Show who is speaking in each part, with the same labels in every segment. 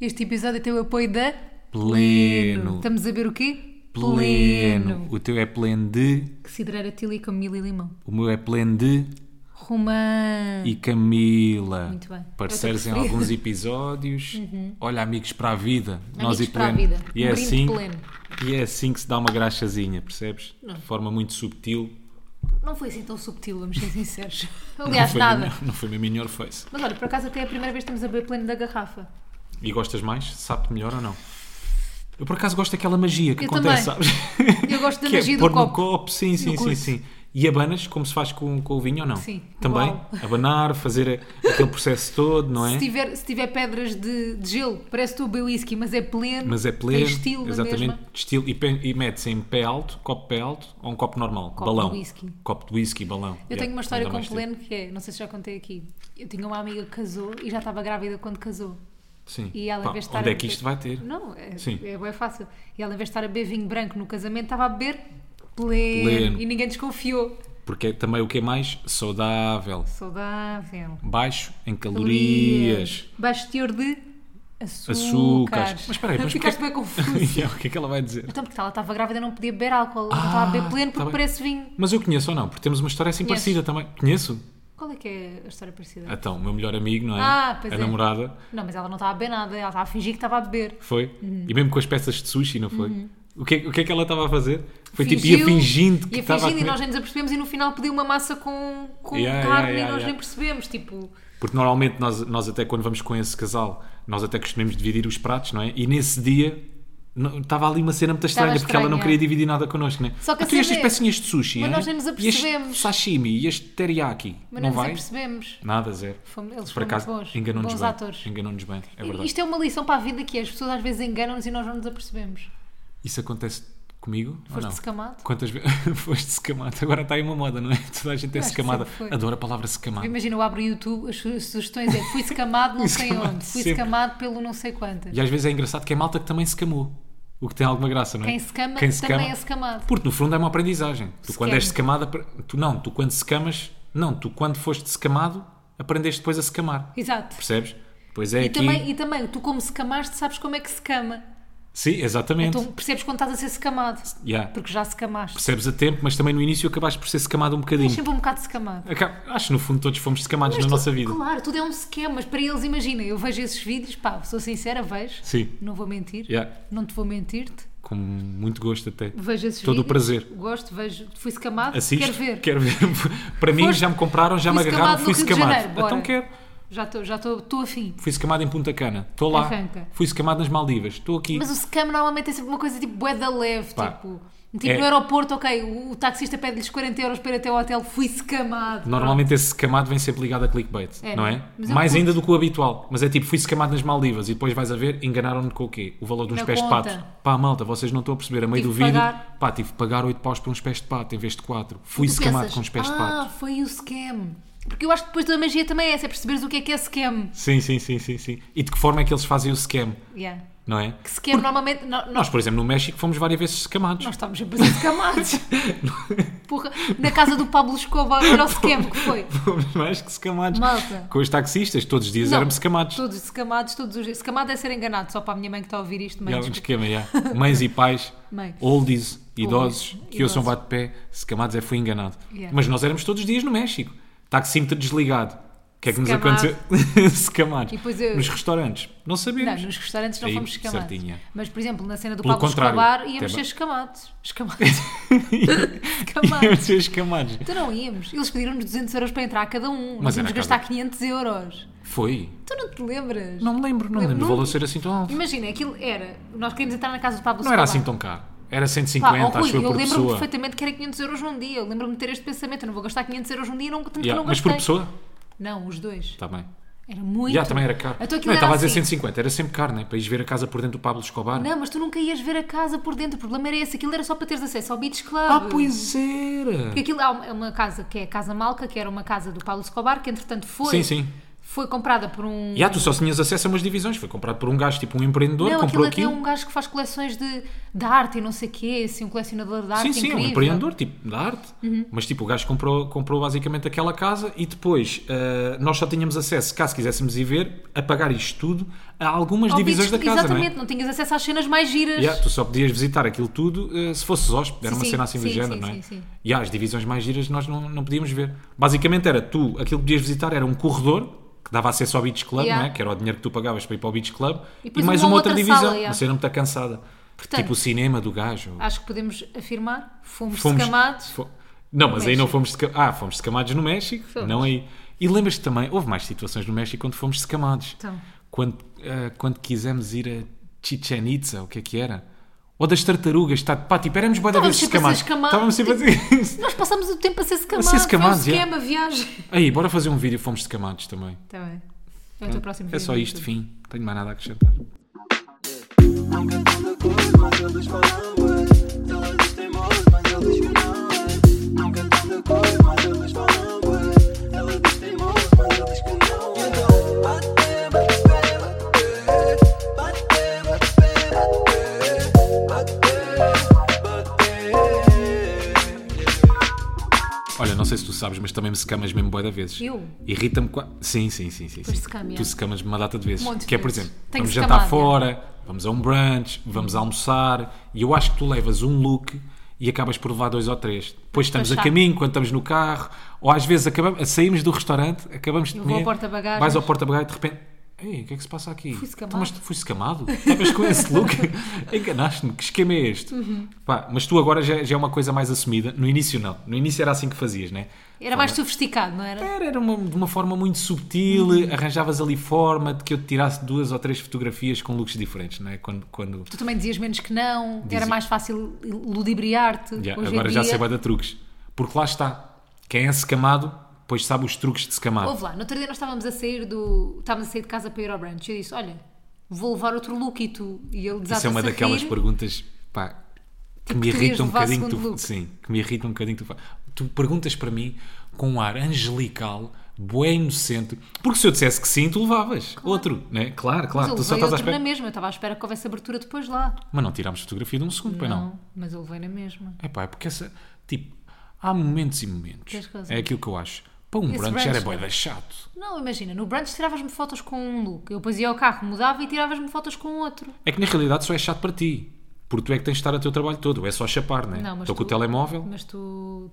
Speaker 1: Este episódio tem o apoio da
Speaker 2: Pleno.
Speaker 1: Estamos a ver o quê?
Speaker 2: Pleno. O teu é pleno de.
Speaker 1: Que cidreira tili com mil e limão.
Speaker 2: O meu é pleno de.
Speaker 1: Romã.
Speaker 2: E Camila.
Speaker 1: Hum. Muito bem.
Speaker 2: Parceiros
Speaker 1: É o
Speaker 2: em
Speaker 1: teu preferido.
Speaker 2: alguns episódios. Olha, amigos para a vida.
Speaker 1: Uhum. Amigos
Speaker 2: e
Speaker 1: É para a
Speaker 2: pleno.
Speaker 1: vida.
Speaker 2: E
Speaker 1: Um
Speaker 2: é
Speaker 1: brinde
Speaker 2: assim.
Speaker 1: pleno.
Speaker 2: E é assim que se dá uma graxazinha, percebes? De forma muito subtil.
Speaker 1: Não foi assim tão subtil, vamos ser sinceros.
Speaker 2: não
Speaker 1: Aliás,
Speaker 2: foi
Speaker 1: nada.
Speaker 2: mesmo- não foi mesmo in your face.
Speaker 1: Mas olha, por acaso até é a primeira vez que estamos a beber pleno da garrafa.
Speaker 2: E gostas mais? Sabe-te melhor ou não? Eu por acaso gosto daquela magia que
Speaker 1: Eu
Speaker 2: acontece,
Speaker 1: também.
Speaker 2: sabes?
Speaker 1: Eu gosto da
Speaker 2: que
Speaker 1: magia
Speaker 2: é
Speaker 1: do
Speaker 2: pôr no
Speaker 1: copo.
Speaker 2: copo, sim, sim, sim,
Speaker 1: curto.
Speaker 2: sim. E abanas, como se faz com, com o vinho ou não?
Speaker 1: Sim.
Speaker 2: Também,
Speaker 1: Uau.
Speaker 2: abanar, fazer a- aquele processo todo, não é?
Speaker 1: Se, tiver, se tiver pedras de, de gelo, parece tu beber whisky, mas é pleno.
Speaker 2: Mas é
Speaker 1: Tem
Speaker 2: pleno,
Speaker 1: estilo na
Speaker 2: exatamente,
Speaker 1: mesma.
Speaker 2: de estilo. E, pe- e mete-se em pé alto, copo pé alto ou um copo normal,
Speaker 1: Copo
Speaker 2: balão.
Speaker 1: de whisky.
Speaker 2: Copo de whisky, balão.
Speaker 1: Eu tenho uma história com
Speaker 2: com
Speaker 1: pleno que é, não sei se já contei aqui. Eu tinha uma amiga que casou e já estava grávida quando casou.
Speaker 2: Sim.
Speaker 1: E ela, em
Speaker 2: Pá,
Speaker 1: vez de estar
Speaker 2: onde
Speaker 1: a
Speaker 2: é que
Speaker 1: beber-
Speaker 2: isto vai ter?
Speaker 1: Não, é,
Speaker 2: Sim.
Speaker 1: é bem fácil. E ela, em vez de estar a beber vinho branco no casamento, estava a beber pleno.
Speaker 2: Pleno.
Speaker 1: E ninguém desconfiou.
Speaker 2: Porque é também o que é mais saudável,
Speaker 1: Saudável.
Speaker 2: baixo em calorias.
Speaker 1: Baixo teor de açúcares.
Speaker 2: Açúcares. Mas espera aí, mas
Speaker 1: Ficaste
Speaker 2: porquê-
Speaker 1: bem confuso.
Speaker 2: E é o que é que ela vai dizer?
Speaker 1: então, porque ela estava grávida e não podia beber álcool.
Speaker 2: Ah,
Speaker 1: ela estava a beber pleno
Speaker 2: tá
Speaker 1: porque
Speaker 2: bem.
Speaker 1: parece vinho.
Speaker 2: Mas eu conheço ou não? Porque temos uma história assim
Speaker 1: Conheces?
Speaker 2: parecida também. Conheço?
Speaker 1: Qual é que é a história parecida?
Speaker 2: Então, o meu melhor amigo, não é?
Speaker 1: Ah, pois
Speaker 2: a
Speaker 1: é.
Speaker 2: namorada
Speaker 1: Não, mas ela não estava a beber nada. Ela estava a fingir que estava a beber.
Speaker 2: foi.
Speaker 1: Uhum.
Speaker 2: E mesmo com as peças de sushi, não foi? O, que, é- o que é que ela estava a fazer? Foi tipo, ia
Speaker 1: Fingiu,
Speaker 2: fingindo que
Speaker 1: ia
Speaker 2: estava a
Speaker 1: fingindo e
Speaker 2: comer.
Speaker 1: nós nem nos apercebemos e no final pediu uma massa com, com
Speaker 2: Yeah, yeah,
Speaker 1: carne
Speaker 2: yeah,
Speaker 1: e nós
Speaker 2: yeah.
Speaker 1: nem percebemos. Tipo,
Speaker 2: Porque normalmente nós, nós até quando vamos com esse casal, nós até costumamos dividir os pratos, não é? E nesse dia não- estava ali uma cena muito estranha, porque
Speaker 1: estranha.
Speaker 2: ela não queria dividir nada connosco, não é?
Speaker 1: Só que
Speaker 2: ah,
Speaker 1: a
Speaker 2: tu e
Speaker 1: cena
Speaker 2: estas
Speaker 1: é-
Speaker 2: pecinhas de sushi,
Speaker 1: Mas
Speaker 2: é?
Speaker 1: nós nem nos
Speaker 2: E este
Speaker 1: apercebemos.
Speaker 2: sashimi, e este teriyaki,
Speaker 1: mas
Speaker 2: não
Speaker 1: não, nos
Speaker 2: vai?
Speaker 1: apercebemos.
Speaker 2: Nada, zero.
Speaker 1: Fomos- eles
Speaker 2: Por
Speaker 1: foram
Speaker 2: acaso,
Speaker 1: bons,
Speaker 2: enganou-nos
Speaker 1: bons
Speaker 2: bem.
Speaker 1: atores.
Speaker 2: Enganou-nos bem, é verdade.
Speaker 1: Isto é uma lição para a vida que é. As pessoas às vezes enganam-nos e nós não nos apercebemos.
Speaker 2: Isso acontece comigo? ou
Speaker 1: Foste
Speaker 2: não?
Speaker 1: descamado?
Speaker 2: Quantas vezes foste secamado? Agora está aí uma moda, não é? Toda a gente é
Speaker 1: acho que
Speaker 2: secamada.
Speaker 1: sempre foi.
Speaker 2: Adoro a palavra secamado.
Speaker 1: Imagina, eu abro o YouTube, as su- sugestões é fui escamado não sei
Speaker 2: Escamado
Speaker 1: onde, fui
Speaker 2: sempre.
Speaker 1: escamado pelo não sei quantas.
Speaker 2: E às vezes é engraçado que é malta que também se camou. O que tem alguma graça, não é?
Speaker 1: Quem se cama
Speaker 2: Quem se
Speaker 1: também
Speaker 2: cama-
Speaker 1: é escamado.
Speaker 2: Porque no fundo é uma aprendizagem. Tu
Speaker 1: Se
Speaker 2: quando
Speaker 1: quer.
Speaker 2: és secamada. apre- Tu, não, tu quando secamas. Não, tu quando foste secamado, aprendeste depois a secamar.
Speaker 1: Exato.
Speaker 2: Percebes? Pois é
Speaker 1: E,
Speaker 2: aqui.
Speaker 1: também, e também, tu como se camaste, sabes como é que se cama.
Speaker 2: Sim, exatamente.
Speaker 1: Então percebes quando estás a ser secamado.
Speaker 2: Yeah.
Speaker 1: Porque já se camaste.
Speaker 2: Percebes a tempo, mas também no início acabaste por ser secamado um
Speaker 1: Mas
Speaker 2: bocadinho.
Speaker 1: sempre um bocado secamado.
Speaker 2: Acab- Acho que no fundo todos fomos secamados na
Speaker 1: Mas tu-
Speaker 2: nossa vida.
Speaker 1: Claro, tudo é um esquema, mas para eles, imagina, eu vejo esses vídeos, pá, sou sincera, vejo,
Speaker 2: Sim.
Speaker 1: não vou mentir,
Speaker 2: Yeah.
Speaker 1: não te vou mentir-te,
Speaker 2: Com muito gosto até.
Speaker 1: vejo esses
Speaker 2: Todo o
Speaker 1: vídeos.
Speaker 2: prazer.
Speaker 1: Gosto, vejo, fui secamado,
Speaker 2: Assisto.
Speaker 1: quero ver.
Speaker 2: Quero ver. Para mim,
Speaker 1: Foste-
Speaker 2: já me compraram, já me
Speaker 1: fui
Speaker 2: agarraram,
Speaker 1: escamado no
Speaker 2: fui
Speaker 1: Rio de
Speaker 2: escamado.
Speaker 1: Janeiro, bora.
Speaker 2: então quero.
Speaker 1: Já estou já estou- estou afim.
Speaker 2: Fui escamado em Punta Cana. Estou lá.
Speaker 1: Arranca.
Speaker 2: Fui escamado nas Maldivas. Estou aqui.
Speaker 1: Mas o scam normalmente é sempre uma coisa tipo bué da leve,
Speaker 2: Pá,
Speaker 1: tipo... Tipo,
Speaker 2: é-
Speaker 1: no aeroporto, ok, o, o taxista pede-lhes 40 euros para ir até o hotel, fui scamado.
Speaker 2: Normalmente esse escamado vem sempre ligado a clickbait,
Speaker 1: É,
Speaker 2: não é?
Speaker 1: mas eu
Speaker 2: Mais
Speaker 1: curto.
Speaker 2: ainda do que o habitual. Mas é tipo, fui escamado nas Maldivas e depois vais a ver, enganaram-me com o quê? O valor de uns
Speaker 1: Na
Speaker 2: pés
Speaker 1: conta.
Speaker 2: de pato. Pá, malta, vocês não estão a perceber. A meio
Speaker 1: Tive
Speaker 2: do
Speaker 1: que
Speaker 2: vídeo,
Speaker 1: pagar.
Speaker 2: pá, tive de pagar 8 paus por uns pés de pato em vez de 4. Fui
Speaker 1: Tu
Speaker 2: escamado
Speaker 1: pensas,
Speaker 2: com uns pés de
Speaker 1: Ah,
Speaker 2: pato.
Speaker 1: foi o scam. Porque eu acho que depois da magia também é essa, é perceberes o que é que é scam.
Speaker 2: Sim, sim, sim, sim, sim. E de que forma é que eles fazem o scam,
Speaker 1: Yeah.
Speaker 2: não é?
Speaker 1: Que scam normalmente... no- no-
Speaker 2: Nós, por exemplo, no México fomos várias vezes escamados.
Speaker 1: Nós estamos sempre a ser escamados. Porra, na casa do Pablo Escobar, olha o scam que foi.
Speaker 2: Fomos mais que escamados.
Speaker 1: Malta.
Speaker 2: Com os taxistas, todos os dias
Speaker 1: Não,
Speaker 2: éramos escamados.
Speaker 1: Todos escamados, todos os... Escamado é ser enganado, só para a minha mãe que está a ouvir isto, mãe,
Speaker 2: É um
Speaker 1: desculpa.
Speaker 2: esquema, yeah. Mães e pais,
Speaker 1: Mãe.
Speaker 2: oldies, idosos, que
Speaker 1: idosos.
Speaker 2: ouçam bate-pé, escamados é fui enganado.
Speaker 1: Yeah.
Speaker 2: Mas nós éramos todos os dias no México. Taxímetro desligado. O que é que nos
Speaker 1: Escamado.
Speaker 2: aconteceu? escamados.
Speaker 1: E depois eu-
Speaker 2: Nos restaurantes. Não
Speaker 1: Não,
Speaker 2: sabíamos.
Speaker 1: nos restaurantes não
Speaker 2: Aí,
Speaker 1: fomos escamados.
Speaker 2: certinha.
Speaker 1: Mas, por exemplo, na cena do
Speaker 2: Pelo
Speaker 1: Pablo
Speaker 2: contrário,
Speaker 1: Escobar íamos
Speaker 2: tema.
Speaker 1: ser escamados. Escamados. escamados.
Speaker 2: Íamos ser escamados.
Speaker 1: Então não íamos. Eles pediram-nos 200 euros para entrar cada um.
Speaker 2: Mas
Speaker 1: Nós
Speaker 2: era
Speaker 1: íamos
Speaker 2: a
Speaker 1: gastar 500 euros.
Speaker 2: Foi.
Speaker 1: Tu não te lembras?
Speaker 2: Não me lembro, não me lembro.
Speaker 1: Não-
Speaker 2: O valor ser assim tão alto.
Speaker 1: Imagina, aquilo era... Nós queríamos entrar na casa do Pablo
Speaker 2: Não era
Speaker 1: Escobar.
Speaker 2: assim tão caro. Era
Speaker 1: Pá, oh,
Speaker 2: 150,
Speaker 1: Rui,
Speaker 2: acho eu,
Speaker 1: eu
Speaker 2: por
Speaker 1: lembro-me
Speaker 2: pessoa.
Speaker 1: perfeitamente que era 500 euros num dia. Eu lembro-me de ter este pensamento. Eu não vou gastar 500 euros num dia, não, tanto que
Speaker 2: Yeah,
Speaker 1: não
Speaker 2: Mas
Speaker 1: gastei.
Speaker 2: por pessoa?
Speaker 1: Não, os dois.
Speaker 2: Está bem.
Speaker 1: Era muito.
Speaker 2: Já também era caro.
Speaker 1: Então aquilo
Speaker 2: não,
Speaker 1: era
Speaker 2: eu estava a dizer
Speaker 1: assim.
Speaker 2: 150, era sempre caro, né? Para ires ver a casa por dentro do Pablo Escobar.
Speaker 1: Não, mas tu nunca ias ver a casa por dentro. O problema era esse. Aquilo era só para teres acesso ao Beach Club.
Speaker 2: Ah, pois era!
Speaker 1: é Porque aquilo há uma- é uma casa que é a Casa Malca, que era uma casa do Paulo Escobar, que entretanto foi.
Speaker 2: Sim, sim.
Speaker 1: foi comprada por um.
Speaker 2: E ah, tu só tinhas acesso a umas divisões. Foi comprado por um gajo, tipo um empreendedor,
Speaker 1: Não, aquilo
Speaker 2: comprou
Speaker 1: até é
Speaker 2: aquilo.
Speaker 1: um gajo que faz coleções de, de arte e não sei o quê, assim, um colecionador de arte
Speaker 2: Sim, sim, é um
Speaker 1: incrível. Uhum.
Speaker 2: empreendedor, tipo, da arte. Mas, tipo, o gajo comprou, comprou basicamente aquela casa e depois ah, nós só tínhamos acesso, caso quiséssemos ir ver, a pagar isto tudo, a algumas
Speaker 1: Ao
Speaker 2: divisões da
Speaker 1: Beats-
Speaker 2: casa,
Speaker 1: Exatamente,
Speaker 2: não é?
Speaker 1: não tinhas acesso às cenas mais giras.
Speaker 2: Yeah, tu só podias visitar aquilo tudo eh, se fosses hóspede, era
Speaker 1: Sim,
Speaker 2: uma
Speaker 1: sim,
Speaker 2: cena assim do
Speaker 1: sim,
Speaker 2: género,
Speaker 1: sim,
Speaker 2: não é?
Speaker 1: sim, sim.
Speaker 2: E há as divisões mais giras nós não, não podíamos ver. Basicamente era tu, aquilo que podias visitar era um corredor que dava acesso ao Beach Club,
Speaker 1: Yeah.
Speaker 2: não é? Que era o dinheiro que tu pagavas para ir para o Beach Club e,
Speaker 1: depois
Speaker 2: mais
Speaker 1: uma
Speaker 2: uma outra,
Speaker 1: outra
Speaker 2: divisão,
Speaker 1: sala, yeah.
Speaker 2: uma cena muito cansada.
Speaker 1: Portanto,
Speaker 2: tipo o cinema do gajo.
Speaker 1: Acho que podemos afirmar, fomos,
Speaker 2: Fomos-
Speaker 1: escamados.
Speaker 2: fo- Não, mas aí não
Speaker 1: México.
Speaker 2: fomos seca- Ah, fomos secamados no México,
Speaker 1: Fomos.
Speaker 2: não aí. E lembras-te também, houve mais situações no México quando fomos secamados.
Speaker 1: Então.
Speaker 2: Quando, ah, quando quisemos ir a Chichen Itza, o que é que era? Ou das tartarugas, tá, pá, tipo, éramos boa da
Speaker 1: Estávamos
Speaker 2: vez
Speaker 1: sempre a
Speaker 2: secamados.
Speaker 1: ser
Speaker 2: Estávamos sempre a
Speaker 1: escamados,
Speaker 2: ser...
Speaker 1: Nós passamos o tempo a ser escamados.
Speaker 2: A ser escamados,
Speaker 1: foi um
Speaker 2: yeah.
Speaker 1: esquema, viagem.
Speaker 2: Aí, bora fazer um vídeo, fomos secamados também.
Speaker 1: Está bem. É o teu próximo
Speaker 2: É
Speaker 1: vídeo
Speaker 2: só
Speaker 1: no
Speaker 2: isto,
Speaker 1: YouTube.
Speaker 2: fim. Não Tenho mais nada a acrescentar.
Speaker 3: Nunca tudo cor, mas eles falavam. Eles têm amor, mas eles não. Nunca tudo cor, mas eles falavam. Eles têm amor, mas eles não. Então, bate, bate, bate, bate, bate, bate, bate.
Speaker 2: Olha, não sei se tu sabes, mas também me secamas mesmo boa da vezes.
Speaker 1: Eu?
Speaker 2: Irrita-me qua- Sim, sim, sim. sim, sim.
Speaker 1: secame, é.
Speaker 2: Tu secamas-me uma data de vezes.
Speaker 1: Um monte de
Speaker 2: que é, por
Speaker 1: vezes.
Speaker 2: exemplo,
Speaker 1: Tenho
Speaker 2: vamos
Speaker 1: secamado, é.
Speaker 2: jantar
Speaker 1: Uhum.
Speaker 2: fora, vamos a um brunch, vamos almoçar e eu acho que tu levas um look e acabas por levar dois ou três. Depois estamos a
Speaker 1: chato.
Speaker 2: caminho, quando estamos no carro, ou às vezes acabamos, saímos do restaurante, acabamos de
Speaker 1: Eu
Speaker 2: comer.
Speaker 1: vou ao porta-bagagens.
Speaker 2: Vais ao porta-bagagens e de repente. Ei, o que é que se passa aqui?
Speaker 1: Fui secamado.
Speaker 2: Então, mas tu- fui secamado? Estavas com esse look? Enganaste-me, que esquema é este?
Speaker 1: Uhum.
Speaker 2: Pá, mas tu agora já, já é uma coisa mais assumida. No início não. No início era assim que fazias, né?
Speaker 1: Era mais sofisticado, não era?
Speaker 2: Era, era uma- de uma forma muito subtil,
Speaker 1: Uhum.
Speaker 2: arranjavas ali forma de que eu te tirasse duas ou três fotografias com looks diferentes, não é? Quando, quando...
Speaker 1: Tu também dizias menos que não, era
Speaker 2: Dizia.
Speaker 1: mais fácil ludibriar-te.
Speaker 2: Já,
Speaker 1: Hoje
Speaker 2: agora
Speaker 1: em
Speaker 2: já
Speaker 1: dia...
Speaker 2: sei bué de truques. Porque lá está, quem é secamado, pois sabe os truques de secamado.
Speaker 1: Ouve lá, no outro dia nós estávamos a sair do. Estávamos a sair de casa para ir ao brunch. Eu disse: Olha, vou levar outro look e tu. E ele desata
Speaker 2: Isso é uma daquelas perguntas, pá, que me
Speaker 1: tu ias
Speaker 2: irrita um
Speaker 1: levar
Speaker 2: bocadinho. que
Speaker 1: segundo
Speaker 2: Tu,
Speaker 1: look.
Speaker 2: sim, que me irrita um bocadinho. que Tu, fa- tu perguntas para mim com um ar angelical, bué inocente, porque se eu dissesse que sim, tu levavas outro, né? Claro, claro,
Speaker 1: Eu
Speaker 2: tu só
Speaker 1: levei
Speaker 2: estás à
Speaker 1: outro na
Speaker 2: espera.
Speaker 1: mesma. Eu estava à espera que houvesse abertura depois lá.
Speaker 2: Mas não tirámos fotografia de um segundo, pois não.
Speaker 1: mas eu levei na mesma.
Speaker 2: É pá, é porque essa. Tipo, há momentos e
Speaker 1: Tens
Speaker 2: momentos.
Speaker 1: razão.
Speaker 2: É aquilo que eu acho. Para um
Speaker 1: Esse
Speaker 2: brunch
Speaker 1: brunch é
Speaker 2: era
Speaker 1: não.
Speaker 2: boeda chato.
Speaker 1: Não, imagina, no brunch tiravas-me fotos com um look. Eu depois ia ao carro, mudava e tiravas-me fotos com outro.
Speaker 2: É que na realidade só é chato para ti. Porque tu é que tens de estar a teu trabalho todo. É só chapar, né?
Speaker 1: Não, mas
Speaker 2: Estou com o
Speaker 1: tu-
Speaker 2: telemóvel.
Speaker 1: Mas tu.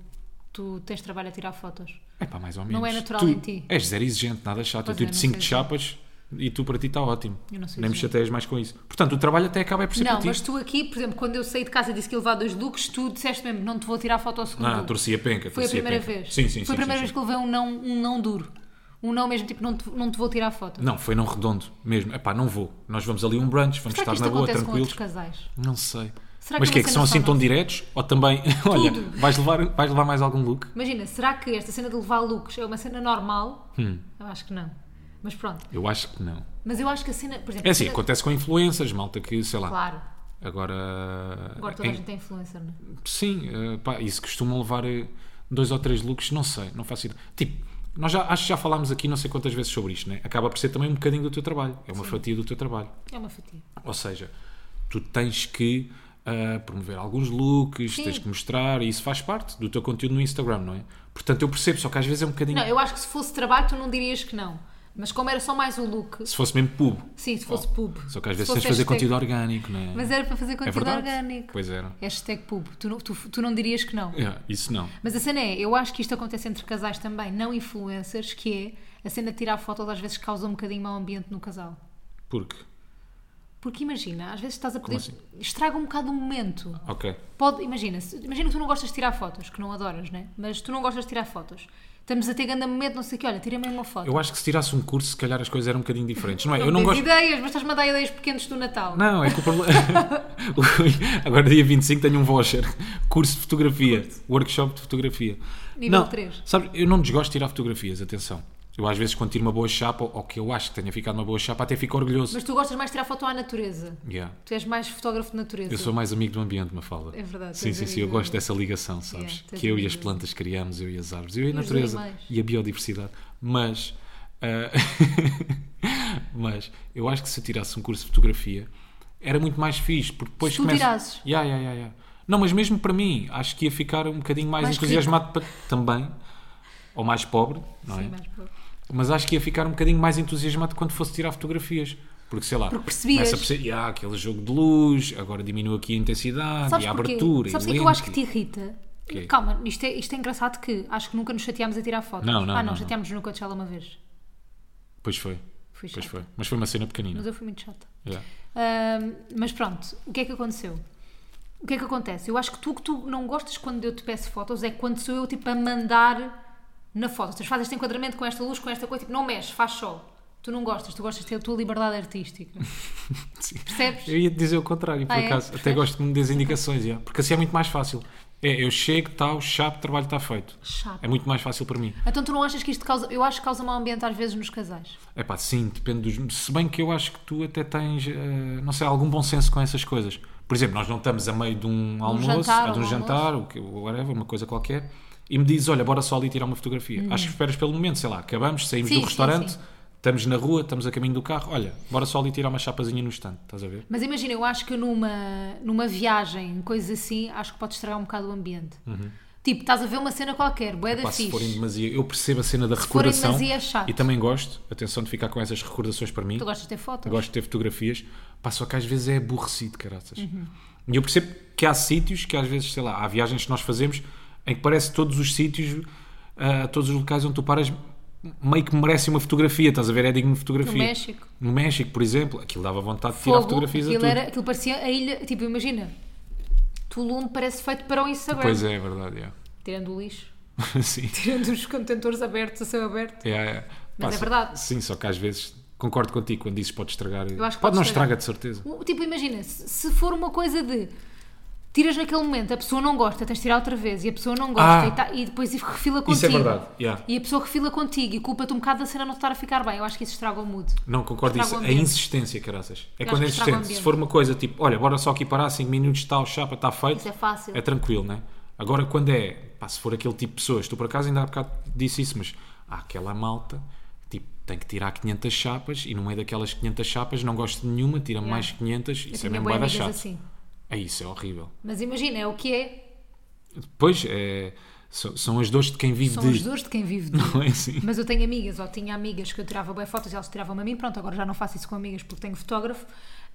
Speaker 1: Tu tens trabalho a tirar fotos.
Speaker 2: É pá, mais ou menos.
Speaker 1: é natural
Speaker 2: Tu
Speaker 1: em ti.
Speaker 2: És zero exigente, nada chato.
Speaker 1: Pois
Speaker 2: Eu
Speaker 1: é,
Speaker 2: tiro
Speaker 1: não
Speaker 2: cinco
Speaker 1: sei
Speaker 2: de
Speaker 1: se-
Speaker 2: chapas e tu para ti está ótimo.
Speaker 1: Eu não sou
Speaker 2: Nem me
Speaker 1: exigente.
Speaker 2: chateias mais com isso. Portanto, o trabalho até acaba é por ser
Speaker 1: não,
Speaker 2: para
Speaker 1: mas
Speaker 2: ti.
Speaker 1: tu aqui, por exemplo, quando eu saí de casa e disse que ia levar dois looks, tu disseste mesmo: Não te vou tirar foto ao segundo.
Speaker 2: Ah,
Speaker 1: look."
Speaker 2: torci a penca.
Speaker 1: Foi a
Speaker 2: torci
Speaker 1: primeira
Speaker 2: penca.
Speaker 1: vez.
Speaker 2: Sim, sim,
Speaker 1: Foi a
Speaker 2: sim,
Speaker 1: primeira
Speaker 2: sim,
Speaker 1: vez que levei um não, um não duro. Um não mesmo, tipo, não te, não te vou tirar foto.
Speaker 2: Não, foi não redondo mesmo. É pá, não vou. Nós vamos ali um brunch,
Speaker 1: Será
Speaker 2: vamos
Speaker 1: que
Speaker 2: estar
Speaker 1: isto
Speaker 2: na boa,
Speaker 1: acontece com
Speaker 2: tranquilos.
Speaker 1: outros casais?
Speaker 2: Não sei.
Speaker 1: Será que
Speaker 2: mas
Speaker 1: é
Speaker 2: que é
Speaker 1: uma
Speaker 2: que
Speaker 1: cena
Speaker 2: são assim
Speaker 1: só
Speaker 2: tão
Speaker 1: nossa?
Speaker 2: diretos? Ou também, olha, vais levar, vais levar mais algum look?
Speaker 1: Imagina, será que esta cena de levar looks é uma cena normal?
Speaker 2: Hum.
Speaker 1: Eu acho que não. Mas pronto.
Speaker 2: Eu acho que não.
Speaker 1: Mas eu acho que a cena, por exemplo.
Speaker 2: É
Speaker 1: a
Speaker 2: assim,
Speaker 1: cena-
Speaker 2: acontece com influencers, malta que, sei lá,
Speaker 1: Claro.
Speaker 2: agora...
Speaker 1: Agora toda a
Speaker 2: em-
Speaker 1: gente é influencer, não é?
Speaker 2: Sim, eh, pá, e se costumam levar eh, dois ou três looks, não sei, não faço ideia. Tipo, nós já, acho que já falámos aqui não sei quantas vezes sobre isto, né? Acaba por ser também um bocadinho do teu trabalho. É uma fatia do teu trabalho.
Speaker 1: É uma fatia.
Speaker 2: Ou seja, tu tens que ah, promover alguns looks,
Speaker 1: Sim.
Speaker 2: tens que mostrar, e isso faz parte do teu conteúdo no Instagram, não é? Portanto, eu percebo, só que às vezes é um bocadinho.
Speaker 1: Não, eu acho que se fosse trabalho tu não dirias que não. Mas como era só mais o look,
Speaker 2: Se fosse mesmo pub.
Speaker 1: sim, se fosse pub.
Speaker 2: Oh, Só que
Speaker 1: Se fosse
Speaker 2: às vezes tens de fazer
Speaker 1: hashtag-
Speaker 2: conteúdo orgânico, não é?
Speaker 1: Mas era para fazer
Speaker 2: é
Speaker 1: conteúdo
Speaker 2: verdade.
Speaker 1: orgânico.
Speaker 2: Pois era.
Speaker 1: Hashtag pub. Tu não, tu, tu não dirias que não.
Speaker 2: É, isso não.
Speaker 1: Mas a cena é, eu acho que isto acontece entre casais também, não influencers, que é a cena de tirar foto às vezes causa um bocadinho mau ambiente no casal.
Speaker 2: Porque.
Speaker 1: Porque imagina, às vezes estás a pedir.
Speaker 2: assim?
Speaker 1: Estraga um bocado o momento.
Speaker 2: Ok.
Speaker 1: Pode, imagina, se- imagina que tu não gostas de tirar fotos, que não adoras, né? Mas tu não gostas de tirar fotos. Estamos a ter grande momento, não sei o que, olha, tira-me uma foto.
Speaker 2: Eu acho que se tirasse um curso, se calhar as coisas eram um bocadinho diferentes, não é? Eu
Speaker 1: Tens
Speaker 2: não gosto.
Speaker 1: ideias, mas estás-me a dar ideias pequenas do Natal.
Speaker 2: Não, é que o problema. Ui, Agora, dia 25, tenho um voucher. Curso de fotografia. Workshop de fotografia.
Speaker 1: Nível
Speaker 2: não,
Speaker 1: três.
Speaker 2: Sabes, eu não desgosto de tirar fotografias, atenção. Eu, às vezes, quando tiro uma boa chapa, ou que eu acho que tenha ficado uma boa chapa, até fico orgulhoso.
Speaker 1: Mas tu gostas mais de tirar foto à natureza.
Speaker 2: Yeah.
Speaker 1: Tu és mais fotógrafo de natureza.
Speaker 2: Eu sou mais amigo do ambiente, Mafalda.
Speaker 1: É verdade,
Speaker 2: Sim,
Speaker 1: tens
Speaker 2: sim,
Speaker 1: amigo
Speaker 2: sim. Eu
Speaker 1: do
Speaker 2: gosto
Speaker 1: ambiente.
Speaker 2: dessa ligação, sabes?
Speaker 1: tens
Speaker 2: que eu e
Speaker 1: amigo
Speaker 2: as
Speaker 1: do
Speaker 2: plantas criamos, eu e as árvores, eu e a
Speaker 1: os
Speaker 2: natureza
Speaker 1: animais.
Speaker 2: e a biodiversidade. Mas Ah, mas eu acho que se eu tirasse um curso de fotografia era muito mais fixe, porque depois
Speaker 1: Se tu tirasses.
Speaker 2: Ya, ya, ya, ya. Não, mas mesmo para mim, acho que ia ficar um bocadinho mais,
Speaker 1: Mais rico.
Speaker 2: entusiasmado para- também, ou mais pobre, não é?
Speaker 1: Sim, mas pronto.
Speaker 2: mas acho que ia ficar um bocadinho mais entusiasmado quando fosse tirar fotografias. Porque sei lá,
Speaker 1: Porque percebias.
Speaker 2: começa a perceber, "Ya, aquele jogo de luz, agora diminui aqui a intensidade
Speaker 1: Sabes
Speaker 2: e a
Speaker 1: porquê?
Speaker 2: abertura.
Speaker 1: Sabes o
Speaker 2: e
Speaker 1: que é que eu
Speaker 2: lente.
Speaker 1: acho que te irrita?
Speaker 2: Quê?
Speaker 1: Calma, isto é, isto é engraçado que acho que nunca nos chateámos a tirar fotos.
Speaker 2: Não, não,
Speaker 1: ah,
Speaker 2: não,
Speaker 1: não,
Speaker 2: não.
Speaker 1: chateámos no Coachella uma vez.
Speaker 2: Pois foi,
Speaker 1: Fui
Speaker 2: pois
Speaker 1: chata.
Speaker 2: foi. Mas foi uma cena pequenina.
Speaker 1: Mas eu fui muito chata.
Speaker 2: Ya.
Speaker 1: Ahm, mas pronto, o que é que aconteceu? O que é que acontece? Eu acho que tu que tu não gostas quando eu te peço fotos é quando sou eu tipo a mandar na foto. Tu fazes este enquadramento com esta luz, com esta coisa, tipo, não mexe, faz só. Tu não gostas, tu gostas de ter a tua liberdade artística. Percebes?
Speaker 2: Eu ia te dizer o contrário, por
Speaker 1: Ah, é?
Speaker 2: acaso. Até
Speaker 1: Perfeito.
Speaker 2: gosto que me dês indicações, já. porque assim é muito mais fácil. É, eu chego, tal, chapo, trabalho está feito.
Speaker 1: Chato.
Speaker 2: É muito mais fácil para mim.
Speaker 1: Então tu não achas que isto causa. Eu acho que causa mau ambiente às vezes nos casais.
Speaker 2: É pá, sim, depende dos. Se bem que eu acho que tu até tens, eh, não sei, algum bom senso com essas coisas. Por exemplo, nós não estamos a meio de um almoço,
Speaker 1: jantar,
Speaker 2: ou de
Speaker 1: ou
Speaker 2: um
Speaker 1: um
Speaker 2: jantar, o que, whatever, uma coisa qualquer, e me dizes, olha, bora só ali tirar uma fotografia. Acho que esperas pelo momento, sei lá, acabamos, saímos
Speaker 1: Uhum. Sim,
Speaker 2: do
Speaker 1: sim,
Speaker 2: restaurante,
Speaker 1: sim.
Speaker 2: estamos na rua, estamos a caminho do carro, olha, bora só ali tirar uma chapazinha no estante, estás a ver?
Speaker 1: Mas imagina, eu acho que numa, numa viagem, coisas assim, acho que pode estragar um bocado o ambiente. Tipo, estás a ver uma cena qualquer, bué da
Speaker 2: Pá, Uhum. se forem
Speaker 1: é fixe.
Speaker 2: demasia, eu percebo a cena da
Speaker 1: forem
Speaker 2: recordação
Speaker 1: demasia, é chato.
Speaker 2: e também gosto, atenção de ficar com essas recordações para mim.
Speaker 1: Tu gostas de ter fotos?
Speaker 2: Gosto de ter fotografias, pá, só que às vezes é aborrecido, caraças.
Speaker 1: Uhum.
Speaker 2: E eu percebo que há sítios que às vezes, sei lá, há viagens que nós fazemos em que parece que todos os sítios, ah, todos os locais onde tu paras, meio que merecem uma fotografia, estás a ver? É digno de fotografia.
Speaker 1: No México.
Speaker 2: No México, por exemplo, aquilo dava vontade de tirar
Speaker 1: Fogo,
Speaker 2: fotografias a
Speaker 1: aquilo,
Speaker 2: tudo.
Speaker 1: era- aquilo parecia a ilha, tipo, imagina, Tulum parece feito para o Instagram.
Speaker 2: Pois é, é verdade, é.
Speaker 1: Tirando o lixo,
Speaker 2: Sim.
Speaker 1: tirando os contentores abertos a céu aberto.
Speaker 2: É, é.
Speaker 1: Mas
Speaker 2: Pá,
Speaker 1: é verdade.
Speaker 2: Sim, só que às vezes concordo contigo quando dizes pode estragar.
Speaker 1: acho que
Speaker 2: pode
Speaker 1: pode
Speaker 2: não
Speaker 1: estragar.
Speaker 2: estraga, de certeza.
Speaker 1: O- Tipo, imagina, se se for uma coisa de tiras naquele momento, a pessoa não gosta, tens de tirar outra vez, e a pessoa não gosta,
Speaker 2: Ah.
Speaker 1: e, tá- e depois refila contigo.
Speaker 2: Isso é verdade. yeah.
Speaker 1: E a pessoa refila contigo e culpa-te um bocado da cena não estar a ficar bem. Eu acho que isso estraga o mood.
Speaker 2: Não, concordo
Speaker 1: Estraga
Speaker 2: isso.
Speaker 1: o
Speaker 2: A
Speaker 1: ambiente.
Speaker 2: insistência, caraças. É
Speaker 1: Eu acho
Speaker 2: quando é
Speaker 1: que estraga o
Speaker 2: insistente. Se
Speaker 1: ambiente.
Speaker 2: for uma coisa tipo, olha, bora só aqui parar, 5 minutos, está o chapa, está feito.
Speaker 1: Isso é fácil.
Speaker 2: É tranquilo, né? Agora, quando é, pá, se for aquele tipo de pessoas, tu por acaso ainda há bocado disse isso, mas há aquela malta, tipo, tem que tirar 500 chapas e no meio daquelas 500 chapas não gosto de nenhuma, tira
Speaker 1: Yeah.
Speaker 2: mais 500, isso é
Speaker 1: tinha
Speaker 2: mesmo
Speaker 1: bué
Speaker 2: bué da
Speaker 1: amigas
Speaker 2: chato.
Speaker 1: assim.
Speaker 2: É isso, é horrível.
Speaker 1: Mas imagina, é o que é.
Speaker 2: Depois, é, são, são as dores de quem vive
Speaker 1: São
Speaker 2: de...
Speaker 1: as dores de quem vive de.
Speaker 2: Não é assim?
Speaker 1: Mas eu tenho amigas, ou tinha amigas que eu tirava bem fotos e elas tiravam-me a mim. Pronto, agora já não faço isso com amigas porque tenho fotógrafo.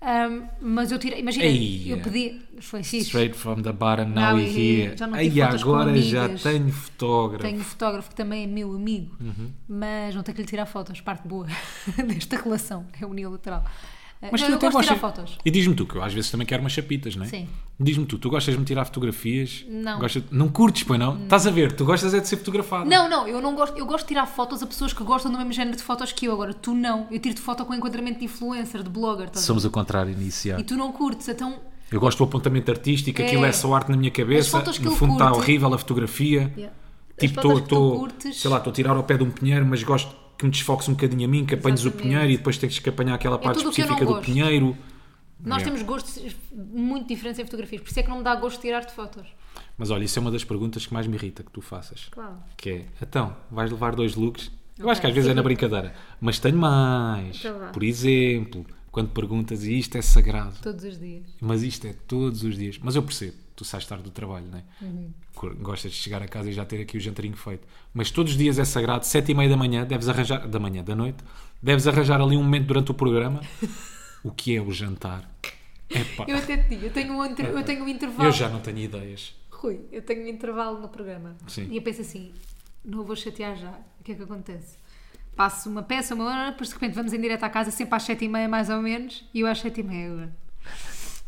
Speaker 1: Ahm, mas eu tirei, imagina,
Speaker 2: Eia.
Speaker 1: eu pedi, foi fixe.
Speaker 2: Straight from the bottom, now
Speaker 1: Now
Speaker 2: we
Speaker 1: we
Speaker 2: here.
Speaker 1: here. Já não
Speaker 2: Ai,
Speaker 1: tive fotos com
Speaker 2: agora já
Speaker 1: amigas.
Speaker 2: tenho fotógrafo.
Speaker 1: Tenho um fotógrafo que também é meu amigo,
Speaker 2: Uhum.
Speaker 1: mas não tenho que lhe tirar fotos, parte boa desta relação, é unilateral. Mas não, eu gosto de tirar fotos.
Speaker 2: E diz-me tu, que eu às vezes também quero umas chapitas, não é?
Speaker 1: Sim.
Speaker 2: Diz-me tu, tu gostas de me tirar fotografias?
Speaker 1: Não.
Speaker 2: Gosta- Não curtes, pois não? Estás a ver, tu gostas é de ser fotografado.
Speaker 1: Não, não, eu não gosto, eu gosto de tirar fotos a pessoas que gostam do mesmo género de fotos que eu. Agora, tu não. Eu tiro-te foto com enquadramento de influencer, de blogger, estás a ver?
Speaker 2: Somos o contrário inicial.
Speaker 1: e tu não curtes, então.
Speaker 2: Eu gosto do apontamento artístico,
Speaker 1: É.
Speaker 2: aquilo é só arte na minha cabeça.
Speaker 1: fotos que
Speaker 2: no
Speaker 1: ele
Speaker 2: fundo está
Speaker 1: curte.
Speaker 2: horrível a fotografia.
Speaker 1: As
Speaker 2: Tipo,
Speaker 1: fotos
Speaker 2: estou,
Speaker 1: que tu curtes.
Speaker 2: sei lá, estou a tirar ao pé de um pinheiro, mas gosto que me desfoques um bocadinho a mim, que apanhes o
Speaker 1: Exatamente. É
Speaker 2: pinheiro e depois tens que apanhar aquela parte
Speaker 1: tudo o que eu não
Speaker 2: específica do
Speaker 1: gosto.
Speaker 2: pinheiro.
Speaker 1: Nós
Speaker 2: Yeah.
Speaker 1: temos gostos muito diferentes em fotografias, por isso é que não me dá gosto tirar-te fotos.
Speaker 2: Mas olha, isso é uma das perguntas que mais me irrita que tu faças.
Speaker 1: Claro.
Speaker 2: Que é, então, vais levar dois looks? Eu
Speaker 1: Ok.
Speaker 2: acho que às vezes é na brincadeira. Mas tenho mais.
Speaker 1: Então vá.
Speaker 2: Por exemplo, quando perguntas, e isto é sagrado.
Speaker 1: Todos os dias.
Speaker 2: Mas isto é todos os dias. Mas eu percebo, tu sais tarde do trabalho, não é?
Speaker 1: Uhum.
Speaker 2: Cor- Gostas de chegar a casa e já ter aqui o jantarinho feito. Mas todos os dias é sagrado, sete e meia da manhã, deves arranjar, da manhã, da noite, deves arranjar ali um momento durante o programa. o que é o jantar? Epá,
Speaker 1: Eu até te digo, eu tenho um, inter- eu tenho um intervalo.
Speaker 2: eu já não tenho ideias.
Speaker 1: Rui, eu tenho um intervalo no programa.
Speaker 2: Sim.
Speaker 1: E eu penso assim, não vou chatear já. O que é que acontece? Passo uma peça, uma hora, depois de repente vamos em direto à casa, sempre às sete e meia mais ou menos, e eu às sete e meia agora.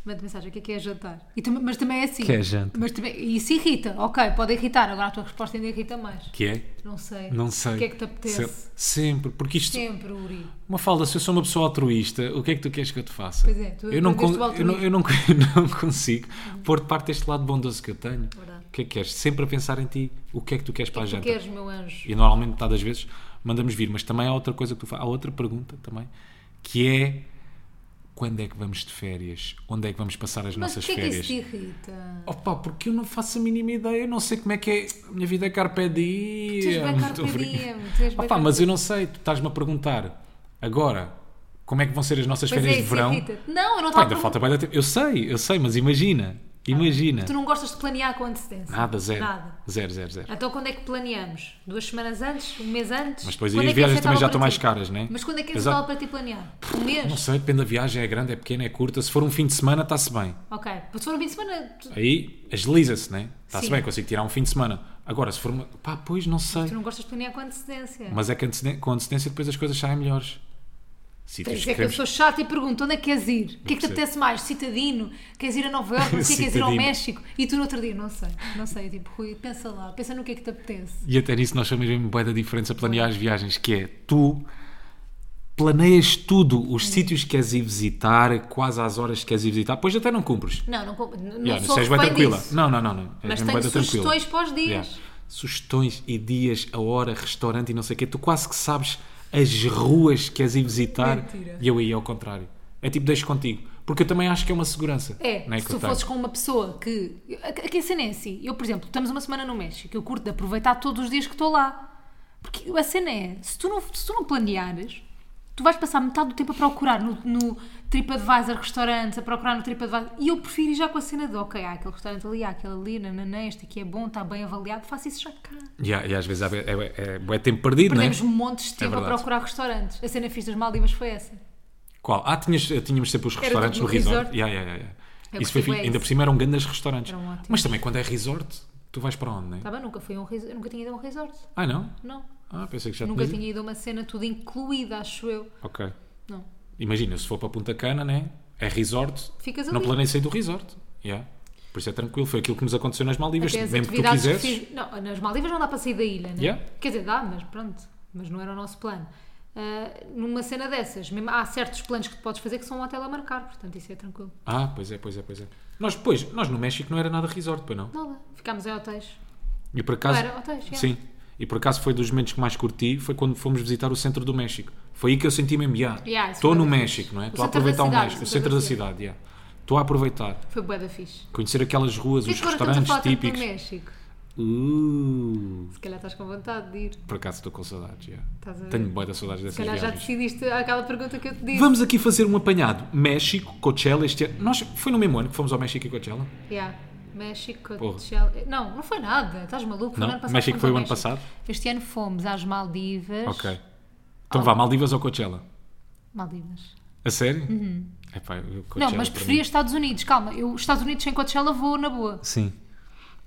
Speaker 1: Mando mensagem, o que é que é jantar? E tam- mas também é assim.
Speaker 2: Que é jantar?
Speaker 1: Mas também, e isso irrita, ok, pode irritar, agora a tua resposta ainda irrita mais.
Speaker 2: Que é?
Speaker 1: Não sei.
Speaker 2: Não sei.
Speaker 1: O que é que te apetece?
Speaker 2: Se- Sempre, porque isto.
Speaker 1: Sempre, Uri.
Speaker 2: Uma falda, se eu sou uma pessoa altruísta, o que é que tu queres que eu te faça?
Speaker 1: Pois é, tu
Speaker 2: eu não,
Speaker 1: aprendeste
Speaker 2: con-
Speaker 1: o
Speaker 2: eu não, eu não, eu não consigo pôr de parte este lado bondoso que eu tenho.
Speaker 1: Verdade.
Speaker 2: O que é que queres? Sempre a pensar em ti, o que é que tu queres para a
Speaker 1: Tu
Speaker 2: janta?
Speaker 1: queres, meu anjo?
Speaker 2: E normalmente, metade das vezes, mandamos vir. Mas também há outra coisa que tu fazes. Há outra pergunta também, que é quando é que vamos de férias, onde é que vamos passar
Speaker 1: Mas
Speaker 2: as nossas
Speaker 1: porquê é que
Speaker 2: férias.
Speaker 1: isso te irrita?
Speaker 2: Opa, porque eu não faço a mínima ideia, eu não sei como é que é. A minha vida é carpe diem.
Speaker 1: Tu és bem
Speaker 2: é muito
Speaker 1: carpe
Speaker 2: obrigado.
Speaker 1: diem, tu és bem
Speaker 2: Opa,
Speaker 1: carpe
Speaker 2: mas eu não sei, tu estás-me a perguntar agora como é que vão ser as nossas
Speaker 1: Pois
Speaker 2: férias
Speaker 1: é,
Speaker 2: de
Speaker 1: isso
Speaker 2: verão.
Speaker 1: irrita-te. Não, eu não estava a
Speaker 2: Pá, ainda falta
Speaker 1: perguntar.
Speaker 2: bem tempo. Eu sei, eu sei, mas imagina, imagina.
Speaker 1: Tu não gostas de planear com antecedência?
Speaker 2: É. Nada, zero.
Speaker 1: Nada.
Speaker 2: Zero, zero, zero.
Speaker 1: Então quando é que planeamos? Duas semanas antes? Um mês antes?
Speaker 2: Mas depois
Speaker 1: Quando
Speaker 2: aí
Speaker 1: é
Speaker 2: as
Speaker 1: que é
Speaker 2: viagens também
Speaker 1: aceitável
Speaker 2: já estão
Speaker 1: para
Speaker 2: mais
Speaker 1: ti?
Speaker 2: caras, né?
Speaker 1: Mas quando é que é
Speaker 2: Exato.
Speaker 1: aceitável para ti planear? Um mês?
Speaker 2: Não sei, depende da viagem, é grande, é pequena, é curta. Se for um fim de semana, está-se bem.
Speaker 1: Ok. Porque se for um fim de semana, tu,
Speaker 2: Aí agiliza-se, né? Está-se
Speaker 1: Sim.
Speaker 2: bem, consigo tirar um fim de semana. Agora, se for uma. Pá, pois, não sei.
Speaker 1: tu não gostas de planear com antecedência.
Speaker 2: Mas é que anteceden- com antecedência depois as coisas saem melhores.
Speaker 1: Por
Speaker 2: Sítios
Speaker 1: isso
Speaker 2: que
Speaker 1: é que eu
Speaker 2: queremos.
Speaker 1: sou chata e pergunto onde é que queres ir? O que é que te
Speaker 2: percebo.
Speaker 1: apetece mais? Citadino? Queres ir a Nova Iorque? Não sei, queres ir ao
Speaker 2: Citadino.
Speaker 1: México? E tu no outro dia, não sei, não sei. Tipo, Rui, pensa lá, pensa no que é que te apetece.
Speaker 2: E até nisso nós chamamos mesmo bué da diferença planear as viagens, que é tu planeias tudo, os sítios que queres ir visitar, quase às horas que queres ir visitar, depois até não cumpres.
Speaker 1: Não, não, comp- não
Speaker 2: Yeah,
Speaker 1: sou
Speaker 2: sejas bué
Speaker 1: refém
Speaker 2: tranquila.
Speaker 1: disso.
Speaker 2: Não, não, não, não. És
Speaker 1: Mas
Speaker 2: mesmo
Speaker 1: tenho
Speaker 2: bué da tranquila.
Speaker 1: sugestões para os dias.
Speaker 2: Sugestões e dias, a hora, restaurante e não sei o quê. Tu quase que sabes as ruas que queres ir visitar.
Speaker 1: Mentira.
Speaker 2: E eu aí é ao contrário. É tipo, deixo contigo. Porque eu também acho que é uma segurança.
Speaker 1: É,
Speaker 2: não
Speaker 1: se
Speaker 2: que eu
Speaker 1: tu
Speaker 2: tenho.
Speaker 1: fosses com uma pessoa que. Aqui a cena é assim. Eu, por exemplo, estamos uma semana no México. Eu curto de aproveitar todos os dias que estou lá. Porque a cena é: se tu não, se tu não planeares, tu vais passar metade do tempo a procurar no, no TripAdvisor restaurantes, a procurar no TripAdvisor. E eu prefiro ir já com a cena de: ok, há aquele restaurante ali, há aquele ali, nananã, este aqui é bom, está bem avaliado, faço isso já cá.
Speaker 2: Yeah, e às vezes é, é, é, é tempo perdido, não é?
Speaker 1: Perdemos montes de tempo a
Speaker 2: verdade.
Speaker 1: procurar restaurantes. A cena fiz das Maldivas foi essa.
Speaker 2: Qual? Ah, tinhas, tínhamos sempre os restaurantes
Speaker 1: tudo
Speaker 2: no
Speaker 1: no
Speaker 2: resort.
Speaker 1: resort.
Speaker 2: Yeah, yeah, yeah, yeah.
Speaker 1: Eu
Speaker 2: Isso foi
Speaker 1: gostei
Speaker 2: fi-
Speaker 1: bué
Speaker 2: Ainda por
Speaker 1: disso.
Speaker 2: cima eram grandes restaurantes.
Speaker 1: Eram ótimos.
Speaker 2: Mas também quando é resort, tu vais para onde, não é?
Speaker 1: Tá bem, nunca fui a um resort. Eu nunca tinha ido a um resort.
Speaker 2: Ah, não?
Speaker 1: Não.
Speaker 2: Ah, pensei que já
Speaker 1: Nunca
Speaker 2: tinhas ido.
Speaker 1: tinha ido a uma cena tudo incluída, acho eu.
Speaker 2: Ok.
Speaker 1: Não.
Speaker 2: Imagina, se for para Punta Cana, né? É resort.
Speaker 1: Ficas
Speaker 2: Não
Speaker 1: ali.
Speaker 2: planei sair do resort. Yeah. Por isso é tranquilo. Foi aquilo que nos aconteceu nas Maldivas.
Speaker 1: Até as
Speaker 2: Mesmo que tu
Speaker 1: atividades que
Speaker 2: quisesses.
Speaker 1: fiz. Não, nas Maldivas não dá para sair da ilha, né?
Speaker 2: Yeah.
Speaker 1: Quer dizer, dá, mas pronto. Mas não era o nosso plano. Ah, numa cena dessas, mesmo, há certos planos que tu podes fazer que são um hotel a marcar, portanto isso é tranquilo.
Speaker 2: Ah, pois é, pois é, pois é. Nós, pois, nós no México não era nada resort, pois não.
Speaker 1: Nada, ficámos em hotéis.
Speaker 2: E por acaso.
Speaker 1: Não era hotéis, já.
Speaker 2: Sim. E por acaso foi dos momentos que mais curti foi quando fomos visitar o centro do México. Foi aí que eu senti mesmo, já.
Speaker 1: Yeah, isso
Speaker 2: Estou
Speaker 1: foi
Speaker 2: no
Speaker 1: bem
Speaker 2: México, não é?
Speaker 1: O
Speaker 2: Estou a
Speaker 1: centro da
Speaker 2: aproveitar o
Speaker 1: cidade,
Speaker 2: México, o centro da cidade, yeah. Estou a aproveitar.
Speaker 1: Foi bué da fixe.
Speaker 2: Conhecer aquelas ruas,
Speaker 1: Por
Speaker 2: os
Speaker 1: que agora estamos a
Speaker 2: restaurantes
Speaker 1: falar tanto do
Speaker 2: típicos.
Speaker 1: México?
Speaker 2: Uh,
Speaker 1: Se calhar estás com vontade de ir.
Speaker 2: por acaso estou com saudades, yeah.
Speaker 1: Estás a ver?
Speaker 2: Tenho boa da saudades
Speaker 1: Se
Speaker 2: dessas
Speaker 1: calhar já
Speaker 2: viagens.
Speaker 1: decidiste aquela pergunta que eu te disse.
Speaker 2: Vamos aqui fazer um apanhado. México, Coachella, este ano. Nós, foi no mesmo ano que fomos ao México e Coachella?
Speaker 1: Yeah. México,
Speaker 2: Porra.
Speaker 1: Seychelles- Não, não foi nada. Estás maluco? Foi
Speaker 2: Não?
Speaker 1: no ano passado,
Speaker 2: México
Speaker 1: fomos
Speaker 2: foi
Speaker 1: ao
Speaker 2: o ano passado?
Speaker 1: Este ano fomos às Maldivas.
Speaker 2: Ok. Então vá, Maldivas ou Coachella?
Speaker 1: Maldivas.
Speaker 2: A sério? Uhum. Epá, eu- Coachella
Speaker 1: não, mas
Speaker 2: para
Speaker 1: preferia
Speaker 2: mim-
Speaker 1: Estados Unidos. Calma, eu Estados Unidos sem Coachella vou na boa.
Speaker 2: Sim.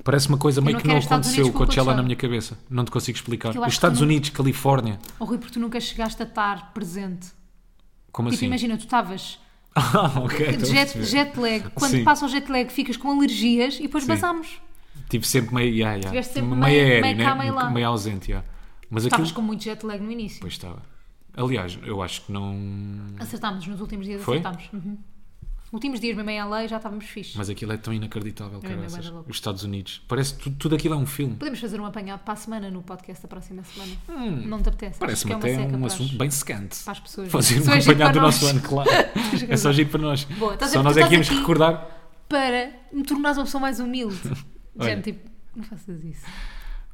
Speaker 2: Parece uma coisa meio
Speaker 1: não
Speaker 2: que não
Speaker 1: quero Estados
Speaker 2: aconteceu o
Speaker 1: Unidos com
Speaker 2: Coachella
Speaker 1: Coachella.
Speaker 2: na minha cabeça. Não te consigo explicar.
Speaker 1: eu acho
Speaker 2: Os
Speaker 1: que
Speaker 2: Estados
Speaker 1: tu não-
Speaker 2: Unidos, Califórnia.
Speaker 1: Oh, Rui, porque tu nunca chegaste a estar presente.
Speaker 2: Como
Speaker 1: Tipo,
Speaker 2: assim?
Speaker 1: imagina, tu estavas
Speaker 2: ah, ok.
Speaker 1: de
Speaker 2: estou a
Speaker 1: jet,
Speaker 2: perceber.
Speaker 1: jet lag. Quando
Speaker 2: Sim.
Speaker 1: passa o jet lag ficas com alergias e depois
Speaker 2: Sim.
Speaker 1: basámos.
Speaker 2: Tive tipo, sempre meio. Yeah, yeah.
Speaker 1: Tiveste sempre
Speaker 2: meio,
Speaker 1: meio-
Speaker 2: aéreo,
Speaker 1: meio
Speaker 2: né?
Speaker 1: cá, meio lá.
Speaker 2: meio ausente. Yeah. Mas aquilo.
Speaker 1: Estavas com muito jet lag no início.
Speaker 2: Pois estava. Aliás, eu acho que não.
Speaker 1: Acertámos nos últimos dias,
Speaker 2: Foi?
Speaker 1: acertámos. Uhum. Últimos dias, mesmo em LA, já estávamos fixe.
Speaker 2: Mas aquilo é tão inacreditável,
Speaker 1: é bué
Speaker 2: cara.
Speaker 1: da louco.
Speaker 2: Os Estados Unidos. Parece que tudo, tudo aquilo é um filme.
Speaker 1: Podemos fazer um apanhado para a semana no podcast da próxima semana. não te apetece? Acho que
Speaker 2: Hum, Parece-me
Speaker 1: é uma
Speaker 2: até
Speaker 1: seca
Speaker 2: um
Speaker 1: para os-
Speaker 2: assunto bem secante.
Speaker 1: para as pessoas.
Speaker 2: Fazer um
Speaker 1: Só é giro
Speaker 2: apanhado do
Speaker 1: para
Speaker 2: nosso
Speaker 1: nós.
Speaker 2: ano, claro. é só giro para nós.
Speaker 1: Boa, estás a
Speaker 2: só
Speaker 1: ver,
Speaker 2: nós
Speaker 1: tu
Speaker 2: é que
Speaker 1: estás
Speaker 2: íamos
Speaker 1: aqui-
Speaker 2: recordar.
Speaker 1: Para me tornares uma pessoa mais humilde.
Speaker 2: Olha.
Speaker 1: Gente, tipo, não faças isso.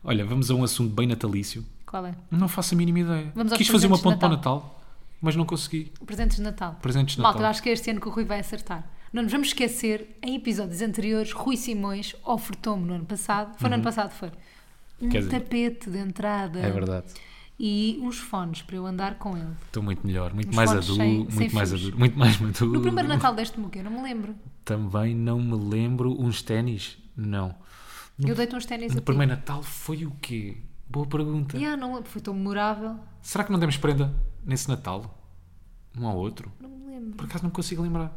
Speaker 2: Olha, vamos a um assunto bem natalício.
Speaker 1: Qual é?
Speaker 2: Não faço a mínima ideia.
Speaker 1: Vamos aos
Speaker 2: Quis fazer uma ponte
Speaker 1: presentes de
Speaker 2: para o Natal, mas não consegui.
Speaker 1: Presentes de Natal.
Speaker 2: Presentes de
Speaker 1: Malta,
Speaker 2: Natal.
Speaker 1: eu acho que é este ano que o Rui vai acertar. Não nos vamos esquecer, em episódios anteriores, Rui Simões ofertou-me no ano passado, foi no ano passado, foi, um
Speaker 2: Uhum. Quer dizer- é
Speaker 1: tapete de entrada
Speaker 2: verdade.
Speaker 1: e uns fones para eu andar com ele.
Speaker 2: Estou muito melhor, muito
Speaker 1: Uns
Speaker 2: mais
Speaker 1: fones
Speaker 2: adulto,
Speaker 1: sem-
Speaker 2: muito
Speaker 1: sem
Speaker 2: mais
Speaker 1: fios.
Speaker 2: adulto, muito mais maduro.
Speaker 1: No primeiro Natal deste-me o quê? Eu Não me lembro.
Speaker 2: Também não me lembro uns ténis? Não.
Speaker 1: Eu dei-te uns ténis a
Speaker 2: No
Speaker 1: ti.
Speaker 2: primeiro Natal foi o quê? Boa pergunta.
Speaker 1: é Yeah, não, me lembro. foi tão memorável.
Speaker 2: Será que não demos prenda nesse Natal? Um ao outro?
Speaker 1: Não me lembro.
Speaker 2: Por acaso não consigo lembrar.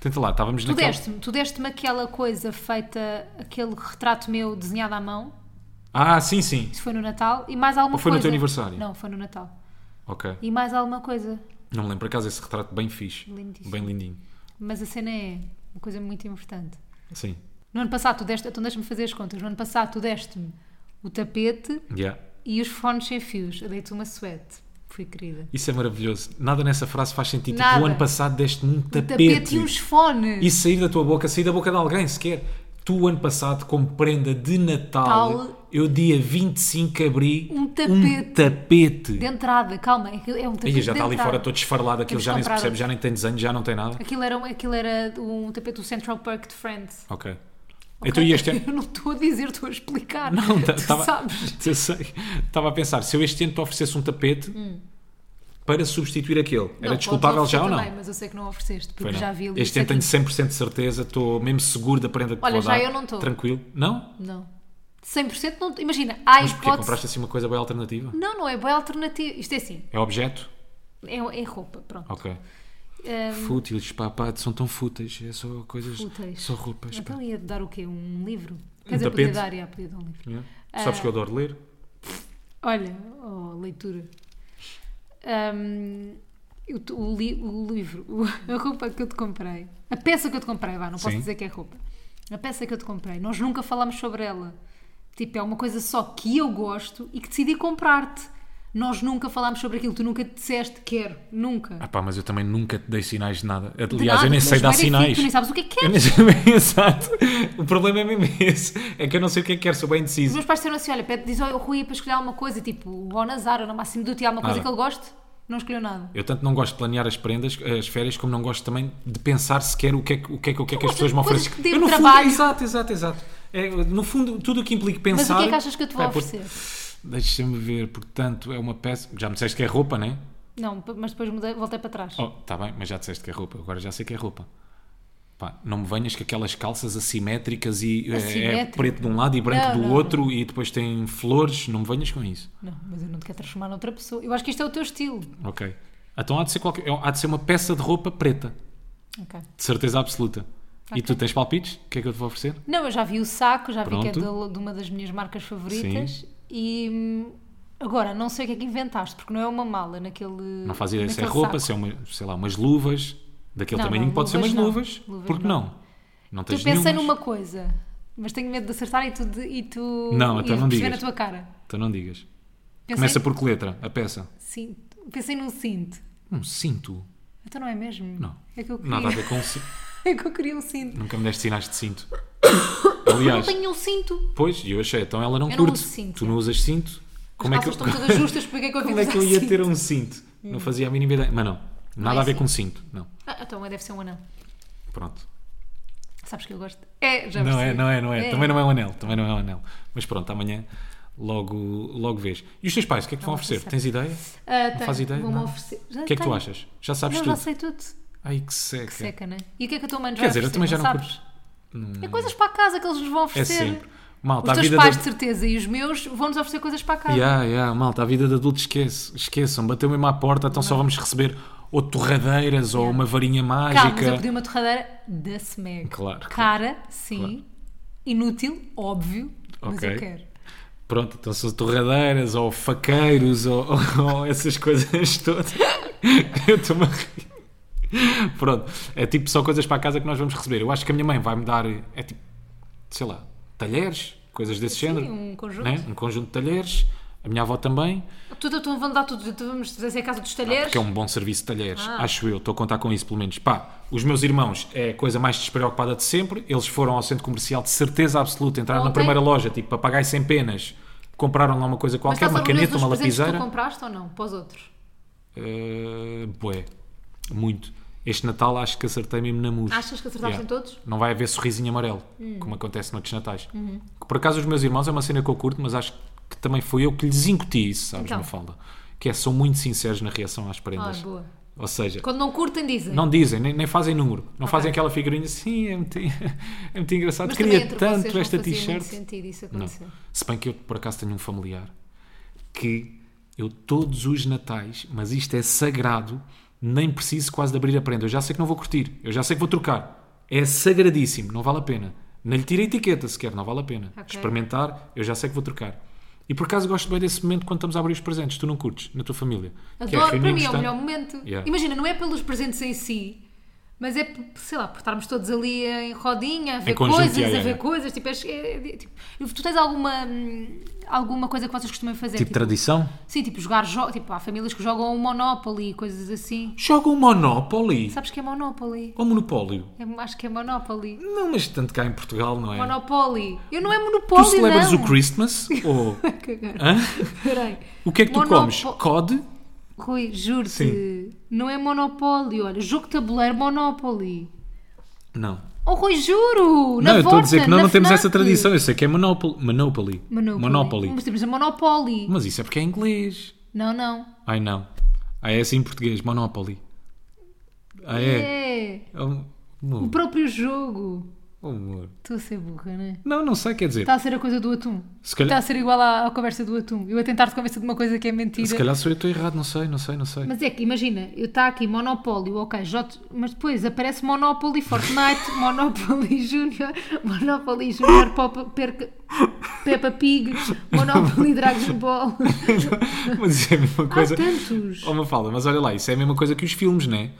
Speaker 2: Tenta lá, estávamos
Speaker 1: Tu
Speaker 2: naquela...
Speaker 1: deste-me tu deste aquela coisa feita, aquele retrato meu desenhado à mão.
Speaker 2: Ah, sim, sim.
Speaker 1: Isso foi no Natal. E mais alguma
Speaker 2: Ou foi no
Speaker 1: coisa.
Speaker 2: teu aniversário?
Speaker 1: Não, foi no Natal.
Speaker 2: Ok.
Speaker 1: E mais alguma coisa.
Speaker 2: Não me lembro, por acaso, esse retrato bem fixe.
Speaker 1: Lindíssimo.
Speaker 2: Bem lindinho.
Speaker 1: Mas a cena é uma coisa muito importante.
Speaker 2: Sim.
Speaker 1: No ano passado tu deste, então deixa-me fazer as contas. No ano passado tu deste-me o tapete
Speaker 2: Yeah.
Speaker 1: e os fones sem fios. Eu dei-te uma suéte. Fui querida.
Speaker 2: Isso é maravilhoso. Nada nessa frase faz sentido.
Speaker 1: Nada.
Speaker 2: Tipo, o ano passado deste-me um
Speaker 1: Um
Speaker 2: tapete.
Speaker 1: tapete e uns fones.
Speaker 2: E sair da tua boca, sair da boca de alguém sequer. Tu, ano passado, como prenda de Natal,
Speaker 1: Tal.
Speaker 2: eu dia 25 abri
Speaker 1: Um tapete.
Speaker 2: tapete.
Speaker 1: De entrada, calma, aquilo é um tapete.
Speaker 2: Aí já
Speaker 1: de
Speaker 2: está ali
Speaker 1: entrada.
Speaker 2: fora todo esfarelado, aquilo
Speaker 1: Temos
Speaker 2: já
Speaker 1: que
Speaker 2: nem se
Speaker 1: comprar
Speaker 2: percebe,
Speaker 1: outro.
Speaker 2: já nem tem desenho, já não tem nada.
Speaker 1: Aquilo era, aquilo era um tapete do Central Park de Friends.
Speaker 2: Ok. Então e este ano?
Speaker 1: Eu não estou a dizer, estou a explicar.
Speaker 2: Não, tá-
Speaker 1: tu
Speaker 2: tava-
Speaker 1: sabes.
Speaker 2: Eu sei. Estava a pensar, se eu este ano te oferecesse um tapete para substituir aquele, era
Speaker 1: Hum. Não,
Speaker 2: desculpável
Speaker 1: podes
Speaker 2: já ou
Speaker 1: oferecer
Speaker 2: não?
Speaker 1: também, mas eu sei que não ofereceste, porque
Speaker 2: Foi não.
Speaker 1: já vi ali.
Speaker 2: este
Speaker 1: isso
Speaker 2: ano tenho
Speaker 1: aqui.
Speaker 2: 100% de certeza, estou mesmo seguro da prenda que te
Speaker 1: Olha,
Speaker 2: vou
Speaker 1: já
Speaker 2: dar.
Speaker 1: eu não estou.
Speaker 2: Tranquilo. Não?
Speaker 1: Não. 100% não. Imagina, há
Speaker 2: Mas porquê?
Speaker 1: hipótese.
Speaker 2: Compraste assim uma coisa bem alternativa?
Speaker 1: Não, não é boa alternativa. Isto é assim,
Speaker 2: É objeto?
Speaker 1: é, é roupa, pronto.
Speaker 2: Ok.
Speaker 1: Ahm,
Speaker 2: Fúteis, pá, pá, são tão fúteis. É só coisas.
Speaker 1: Fúteis.
Speaker 2: Só roupas. pá.
Speaker 1: então ia dar o quê? Um livro? Quer
Speaker 2: Um
Speaker 1: dizer, podia
Speaker 2: tapete?
Speaker 1: dar, ia, podia dar um livro.
Speaker 2: Yeah. É. Sabes que
Speaker 1: Ehm,
Speaker 2: eu adoro ler?
Speaker 1: Olha, oh, leitura. Ahm, eu te- o, li- o livro, o- a roupa que eu te comprei, a peça que eu te comprei, vá, não posso
Speaker 2: Sim.
Speaker 1: dizer que é roupa. A peça que eu te comprei, nós nunca falámos sobre ela. Tipo, é uma coisa só que eu gosto e que decidi comprar-te. Nós nunca falámos sobre aquilo, tu nunca te disseste quero, nunca.
Speaker 2: Ah, pá, mas eu também nunca te dei sinais de nada.
Speaker 1: De
Speaker 2: Aliás,
Speaker 1: nada,
Speaker 2: eu nem
Speaker 1: tu
Speaker 2: sei
Speaker 1: és
Speaker 2: dar
Speaker 1: verifico,
Speaker 2: sinais.
Speaker 1: Tu nem sabes o que é que
Speaker 2: Eu
Speaker 1: queres.
Speaker 2: nem sei- Exato. O problema é mesmo esse. É que eu não sei o que é que quero, sou
Speaker 1: Os
Speaker 2: bem indeciso.
Speaker 1: meus pais disseram assim: olha, pede, diz ao Rui para escolher alguma coisa, tipo, o Nazar, ou no máximo do há uma coisa
Speaker 2: Nada.
Speaker 1: que ele goste. Não escolheu nada.
Speaker 2: Eu tanto não gosto de planear as prendas, as férias, como não gosto também de pensar sequer o que é que, o que, é, que- o que, é que as
Speaker 1: gostas
Speaker 2: pessoas
Speaker 1: de
Speaker 2: me
Speaker 1: coisas
Speaker 2: oferecem.
Speaker 1: que dê
Speaker 2: Eu, no fundo,
Speaker 1: trabalho.
Speaker 2: exato, exato, exato. É, no fundo, tudo o que implica
Speaker 1: Mas
Speaker 2: pensar.
Speaker 1: o que é que achas que eu te vou
Speaker 2: Pá, por-
Speaker 1: oferecer?
Speaker 2: Deixa-me ver, portanto, é uma peça. Já me disseste que é roupa, né?
Speaker 1: Não, p- mas depois mudei, voltei para trás.
Speaker 2: Oh, tá bem, mas já disseste que é roupa, agora já sei que é roupa. Pá, não me venhas com aquelas calças assimétricas e eh, é
Speaker 1: Assimétrico?
Speaker 2: preto de um lado e branco
Speaker 1: Não,
Speaker 2: do
Speaker 1: não,
Speaker 2: outro e depois tem flores, não me venhas com isso.
Speaker 1: Não, mas eu não te quero transformar noutra pessoa. Eu acho que isto é o teu estilo.
Speaker 2: Ok. Então há de ser, qualquer... há de ser uma peça de roupa preta,
Speaker 1: Ok.
Speaker 2: de certeza absoluta. E tu tens palpites? O que é que eu te vou oferecer?
Speaker 1: Não, eu já vi o saco, já vi que é
Speaker 2: Pronto.
Speaker 1: de, de uma das minhas marcas favoritas e hum, agora não sei o que é que inventaste, porque não é uma mala naquele.
Speaker 2: Não fazia ideia se é
Speaker 1: naquele
Speaker 2: roupa,
Speaker 1: saco.
Speaker 2: se é uma, sei lá, umas luvas, daquele
Speaker 1: Não,
Speaker 2: tamanho
Speaker 1: não,
Speaker 2: pode ser umas
Speaker 1: luvas não.
Speaker 2: luvas,
Speaker 1: Luvas
Speaker 2: porque
Speaker 1: não.
Speaker 2: não? Não, tens
Speaker 1: Eu pensei
Speaker 2: nenhumas.
Speaker 1: numa coisa, mas tenho medo de acertar e tu. de- e tu
Speaker 2: Não, então
Speaker 1: e
Speaker 2: não
Speaker 1: perceber
Speaker 2: digas.
Speaker 1: na tua cara.
Speaker 2: Então não digas.
Speaker 1: Pensei,
Speaker 2: Começa por que letra? A peça.
Speaker 1: cinto. Pensei num cinto.
Speaker 2: Um cinto.
Speaker 1: Então não é mesmo?
Speaker 2: Não.
Speaker 1: É que eu queria,
Speaker 2: Nada a ver com um cinto.
Speaker 1: é que eu queria um cinto.
Speaker 2: Nunca me deste sinais de cinto.
Speaker 1: Eu não
Speaker 2: Aliás,
Speaker 1: tenho um cinto.
Speaker 2: pois, e eu achei, então ela não
Speaker 1: Eu não
Speaker 2: curte.
Speaker 1: uso cinto.
Speaker 2: Tu não usas cinto? Como é,
Speaker 1: As
Speaker 2: que eu,
Speaker 1: calças estão todas justas, porque é que eu
Speaker 2: como
Speaker 1: vim
Speaker 2: é que eu
Speaker 1: usar
Speaker 2: ia
Speaker 1: cinto?
Speaker 2: ter um cinto? Não fazia a mínima ideia. Mas não, nada
Speaker 1: é
Speaker 2: a ver com cinto. Não,
Speaker 1: Ah, então deve ser um anel.
Speaker 2: pronto.
Speaker 1: Sabes que eu gosto. É, já
Speaker 2: Não é,
Speaker 1: percebi.
Speaker 2: não é, não é. Também não é um anel, também não é um anel. Mas pronto, amanhã logo, logo vês. E os teus pais, o que é que te vão
Speaker 1: vai
Speaker 2: oferecer?
Speaker 1: passar.
Speaker 2: Tens ideia?
Speaker 1: Ah, tenho.
Speaker 2: faz ideia,
Speaker 1: Vou-me
Speaker 2: não?
Speaker 1: oferecer. Já
Speaker 2: O que é que tu
Speaker 1: tenho.
Speaker 2: achas? Já sabes
Speaker 1: Não, já
Speaker 2: tudo?
Speaker 1: sei tudo.
Speaker 2: Ai, que seca.
Speaker 1: Que seca, né? E o que é que a tua mãe nos
Speaker 2: Quer
Speaker 1: vai
Speaker 2: dizer, eu
Speaker 1: oferecer?
Speaker 2: também já não
Speaker 1: sabes? É coisas para a casa que eles nos vão
Speaker 2: É
Speaker 1: oferecer.
Speaker 2: sempre.
Speaker 1: Os
Speaker 2: Malta, a
Speaker 1: teus
Speaker 2: vida
Speaker 1: pais,
Speaker 2: da-
Speaker 1: de certeza, e os meus vão-nos oferecer coisas para a casa.
Speaker 2: Ya, ya, malta, a vida de adulto esquece. Esqueçam, bateu mesmo à porta, então só vamos receber ou torradeiras ou uma varinha
Speaker 1: Calma, mas eu
Speaker 2: mágica.
Speaker 1: pedi uma torradeira da SMEG.
Speaker 2: Claro, claro.
Speaker 1: Cara, sim. Inútil, óbvio, mas
Speaker 2: Ok.
Speaker 1: eu quero.
Speaker 2: Pronto, então são torradeiras ou faqueiros ou, ou essas coisas todas. Eu estou-me a rir. Pronto, é tipo só coisas para a casa que nós vamos receber. Eu acho que a minha mãe vai-me dar, é tipo, sei lá, talheres, coisas desse género.
Speaker 1: um conjunto.
Speaker 2: né? Um conjunto de talheres. A minha avó também.
Speaker 1: Tudo, tudo, vão dar tudo. tudo, Vamos fazer assim a casa dos talheres.
Speaker 2: Porque é um bom serviço de talheres,
Speaker 1: Ah.
Speaker 2: acho eu, estou a contar com isso pelo menos. Pá, os meus irmãos é a coisa mais despreocupada de sempre, eles foram ao centro comercial de certeza absoluta, entraram na
Speaker 1: Ontem?
Speaker 2: primeira loja, tipo papagaio sem penas, compraram lá uma coisa
Speaker 1: Mas
Speaker 2: qualquer,
Speaker 1: estás
Speaker 2: é uma
Speaker 1: orgulhoso
Speaker 2: caneta,
Speaker 1: dos
Speaker 2: uma
Speaker 1: presentes que
Speaker 2: lapiseira.
Speaker 1: tu compraste ou não? Para os outros.
Speaker 2: Eh, bué, muito. Este Natal acho que acertei mesmo na música.
Speaker 1: Achas que acertaste em todos? Hum.
Speaker 2: Não vai haver sorrisinho amarelo, como acontece noutros Natais.
Speaker 1: Uhum.
Speaker 2: Que por acaso os meus irmãos é uma cena que eu curto, mas acho que também foi eu que lhes incuti isso, sabes,
Speaker 1: Então.
Speaker 2: na falda. Que é, são muito sinceros na reação às
Speaker 1: Ah,
Speaker 2: prendas.
Speaker 1: boa.
Speaker 2: Ou seja,
Speaker 1: Quando não curtem, dizem.
Speaker 2: Não dizem, nem, nem fazem número. Não fazem aquela figurinha assim, é muito, é muito engraçado.
Speaker 1: Mas também
Speaker 2: Queria
Speaker 1: entre vocês
Speaker 2: tanto
Speaker 1: não
Speaker 2: esta
Speaker 1: fazia muito
Speaker 2: t-shirt.
Speaker 1: sentido isso
Speaker 2: Não.
Speaker 1: acontecer.
Speaker 2: Se bem que eu, por acaso, tenho um familiar que eu, todos os natais, mas isto é sagrado, nem preciso quase de abrir a prenda. Eu já sei que não vou curtir, eu já sei que vou trocar. É sagradíssimo, não vale a pena. Não lhe tira a etiqueta sequer, não vale a pena.
Speaker 1: Ok.
Speaker 2: Experimentar, eu já sei que vou trocar. E por acaso gosto bem desse momento quando estamos a abrir os presentes, tu não curtes, na tua família. Que
Speaker 1: Adoro, para mim é
Speaker 2: reunirmos
Speaker 1: o
Speaker 2: tanto-
Speaker 1: melhor momento.
Speaker 2: tá? Yeah.
Speaker 1: Imagina, não é pelos presentes em si, Mas é, p- sei lá, por estarmos todos ali em rodinha, a ver
Speaker 2: conjunto,
Speaker 1: coisas,
Speaker 2: yeah,
Speaker 1: a ver
Speaker 2: yeah, yeah.
Speaker 1: coisas. Tipo, é- é- é- tipo, tu tens alguma, hum, alguma coisa que vocês costumam fazer?
Speaker 2: Tipo tradição?
Speaker 1: sim, tipo jogar jogos. Tipo, há famílias que jogam o Monopoly e coisas assim.
Speaker 2: Joga um Monopoly.
Speaker 1: Sabes que é Monopoly?
Speaker 2: Ou Monopólio.
Speaker 1: É- acho que é Monopoly.
Speaker 2: Não, mas tanto cá em Portugal, não é?
Speaker 1: Monopoly. Eu não é
Speaker 2: tu
Speaker 1: Monopoly,
Speaker 2: celebras
Speaker 1: não.
Speaker 2: o Christmas? Ou...
Speaker 1: Cagada.
Speaker 2: Hã?
Speaker 1: Peraí.
Speaker 2: O que é que tu
Speaker 1: Monopo-
Speaker 2: comes? Cod?
Speaker 1: Rui, juro-te.
Speaker 2: Sim.
Speaker 1: Não é Monopoly, olha. Jogo de tabuleiro Monopoly.
Speaker 2: Não.
Speaker 1: Oh, Rui, juro! na
Speaker 2: não, eu estou a
Speaker 1: Vorta,
Speaker 2: dizer que não,
Speaker 1: na
Speaker 2: não temos
Speaker 1: Fnac.
Speaker 2: essa tradição. Eu sei que é Monopoly. Monopoly.
Speaker 1: Monopoly.
Speaker 2: Monopoly.
Speaker 1: Mas temos a Monopoly.
Speaker 2: Mas isso é porque é inglês.
Speaker 1: Não, não.
Speaker 2: Ai não. Ah, é assim em português, Monopoly. Ah, é.
Speaker 1: É.
Speaker 2: É um-
Speaker 1: O
Speaker 2: Humor. Um
Speaker 1: próprio jogo.
Speaker 2: Humor.
Speaker 1: Estou a ser burra, não é?
Speaker 2: Não, não sei, quer dizer.
Speaker 1: Está a ser a coisa do atum.
Speaker 2: Se
Speaker 1: Está tá a
Speaker 2: calhar,
Speaker 1: ser igual à, à conversa do atum. Eu a tentar-te convencer de uma coisa que é mentira.
Speaker 2: se calhar sou eu que estou errado, não sei, não sei, não sei.
Speaker 1: Mas é que, imagina, eu está aqui Monopólio, ok, J, mas depois aparece Monopoly Fortnite, Monopoly Junior, Monopoly Junior Popa- Perca- Peppa Pig, Monopoly Dragon Ball.
Speaker 2: Mas isso é a mesma coisa.
Speaker 1: Há tantos.
Speaker 2: Oh, fala, mas olha lá, isso é a mesma coisa que os filmes, né?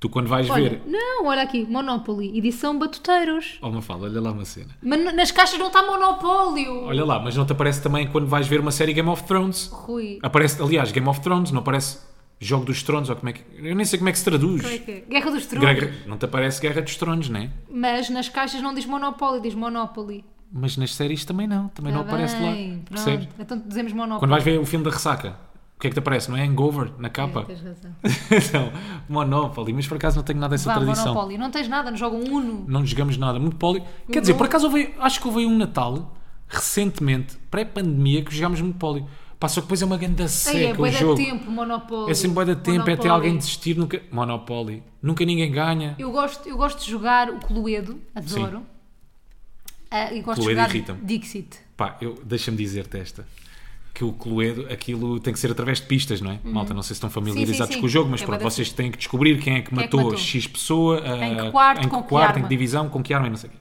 Speaker 2: Tu quando vais
Speaker 1: Olha,
Speaker 2: ver.
Speaker 1: não, olha aqui, Monopoly, edição Batuteiros.
Speaker 2: Oh, fala, olha lá uma cena.
Speaker 1: Mas n- nas caixas não está Monopólio.
Speaker 2: Olha lá, mas não te aparece também quando vais ver uma série Game of Thrones?
Speaker 1: Rui,
Speaker 2: Aparece, aliás, Game of Thrones, não aparece Jogo dos Tronos ou como é que. Eu nem sei como é que se traduz.
Speaker 1: como é que é? Guerra dos Tronos.
Speaker 2: Guerra- Não te aparece Guerra dos Tronos, né?
Speaker 1: Mas nas caixas não diz Monopólio, diz Monopoly.
Speaker 2: Mas nas séries também não, também não
Speaker 1: Tá
Speaker 2: aparece
Speaker 1: bem,
Speaker 2: lá.
Speaker 1: pronto.
Speaker 2: Percebes?
Speaker 1: Então dizemos Monopoly.
Speaker 2: Quando vais ver o filme da ressaca, o que é que te aparece? Não é hangover na
Speaker 1: É,
Speaker 2: capa?
Speaker 1: tens razão.
Speaker 2: não, Monopoly, mas por acaso não tenho nada dessa
Speaker 1: Vá,
Speaker 2: tradição.
Speaker 1: Monopoly. Não tens nada, um. não jogam Uno.
Speaker 2: Não jogamos nada. Monopoly. Quer
Speaker 1: Uhum.
Speaker 2: dizer, por acaso houve- acho que houve um Natal recentemente, pré-pandemia, que jogámos Monopoly. Pá, só que depois é uma grande
Speaker 1: Ei, é
Speaker 2: seca o
Speaker 1: bué da
Speaker 2: jogo.
Speaker 1: tempo, Monopólio.
Speaker 2: É sempre boa de tempo, é até
Speaker 1: Monopólio.
Speaker 2: alguém desistir. Nunca... Monopoly. Nunca ninguém ganha.
Speaker 1: Eu gosto, eu gosto de jogar o Cluedo, adoro. Ah, e gosto
Speaker 2: Cluedo
Speaker 1: de jogar
Speaker 2: irrita-me.
Speaker 1: Dixit.
Speaker 2: Pá, eu, deixa-me dizer-te esta. Que o Cluedo, aquilo tem que ser através de pistas, não é? Malta, não sei se estão familiarizados
Speaker 1: Uhum. sim, sim.
Speaker 2: com o jogo, mas
Speaker 1: É
Speaker 2: pronto,
Speaker 1: verdade.
Speaker 2: vocês têm que descobrir quem é que,
Speaker 1: é que
Speaker 2: matou,
Speaker 1: matou?
Speaker 2: X pessoa,
Speaker 1: Em que
Speaker 2: ah,
Speaker 1: quarto,
Speaker 2: em que,
Speaker 1: com que
Speaker 2: quarto, em
Speaker 1: arma?
Speaker 2: que divisão, com que arma e não sei o quê.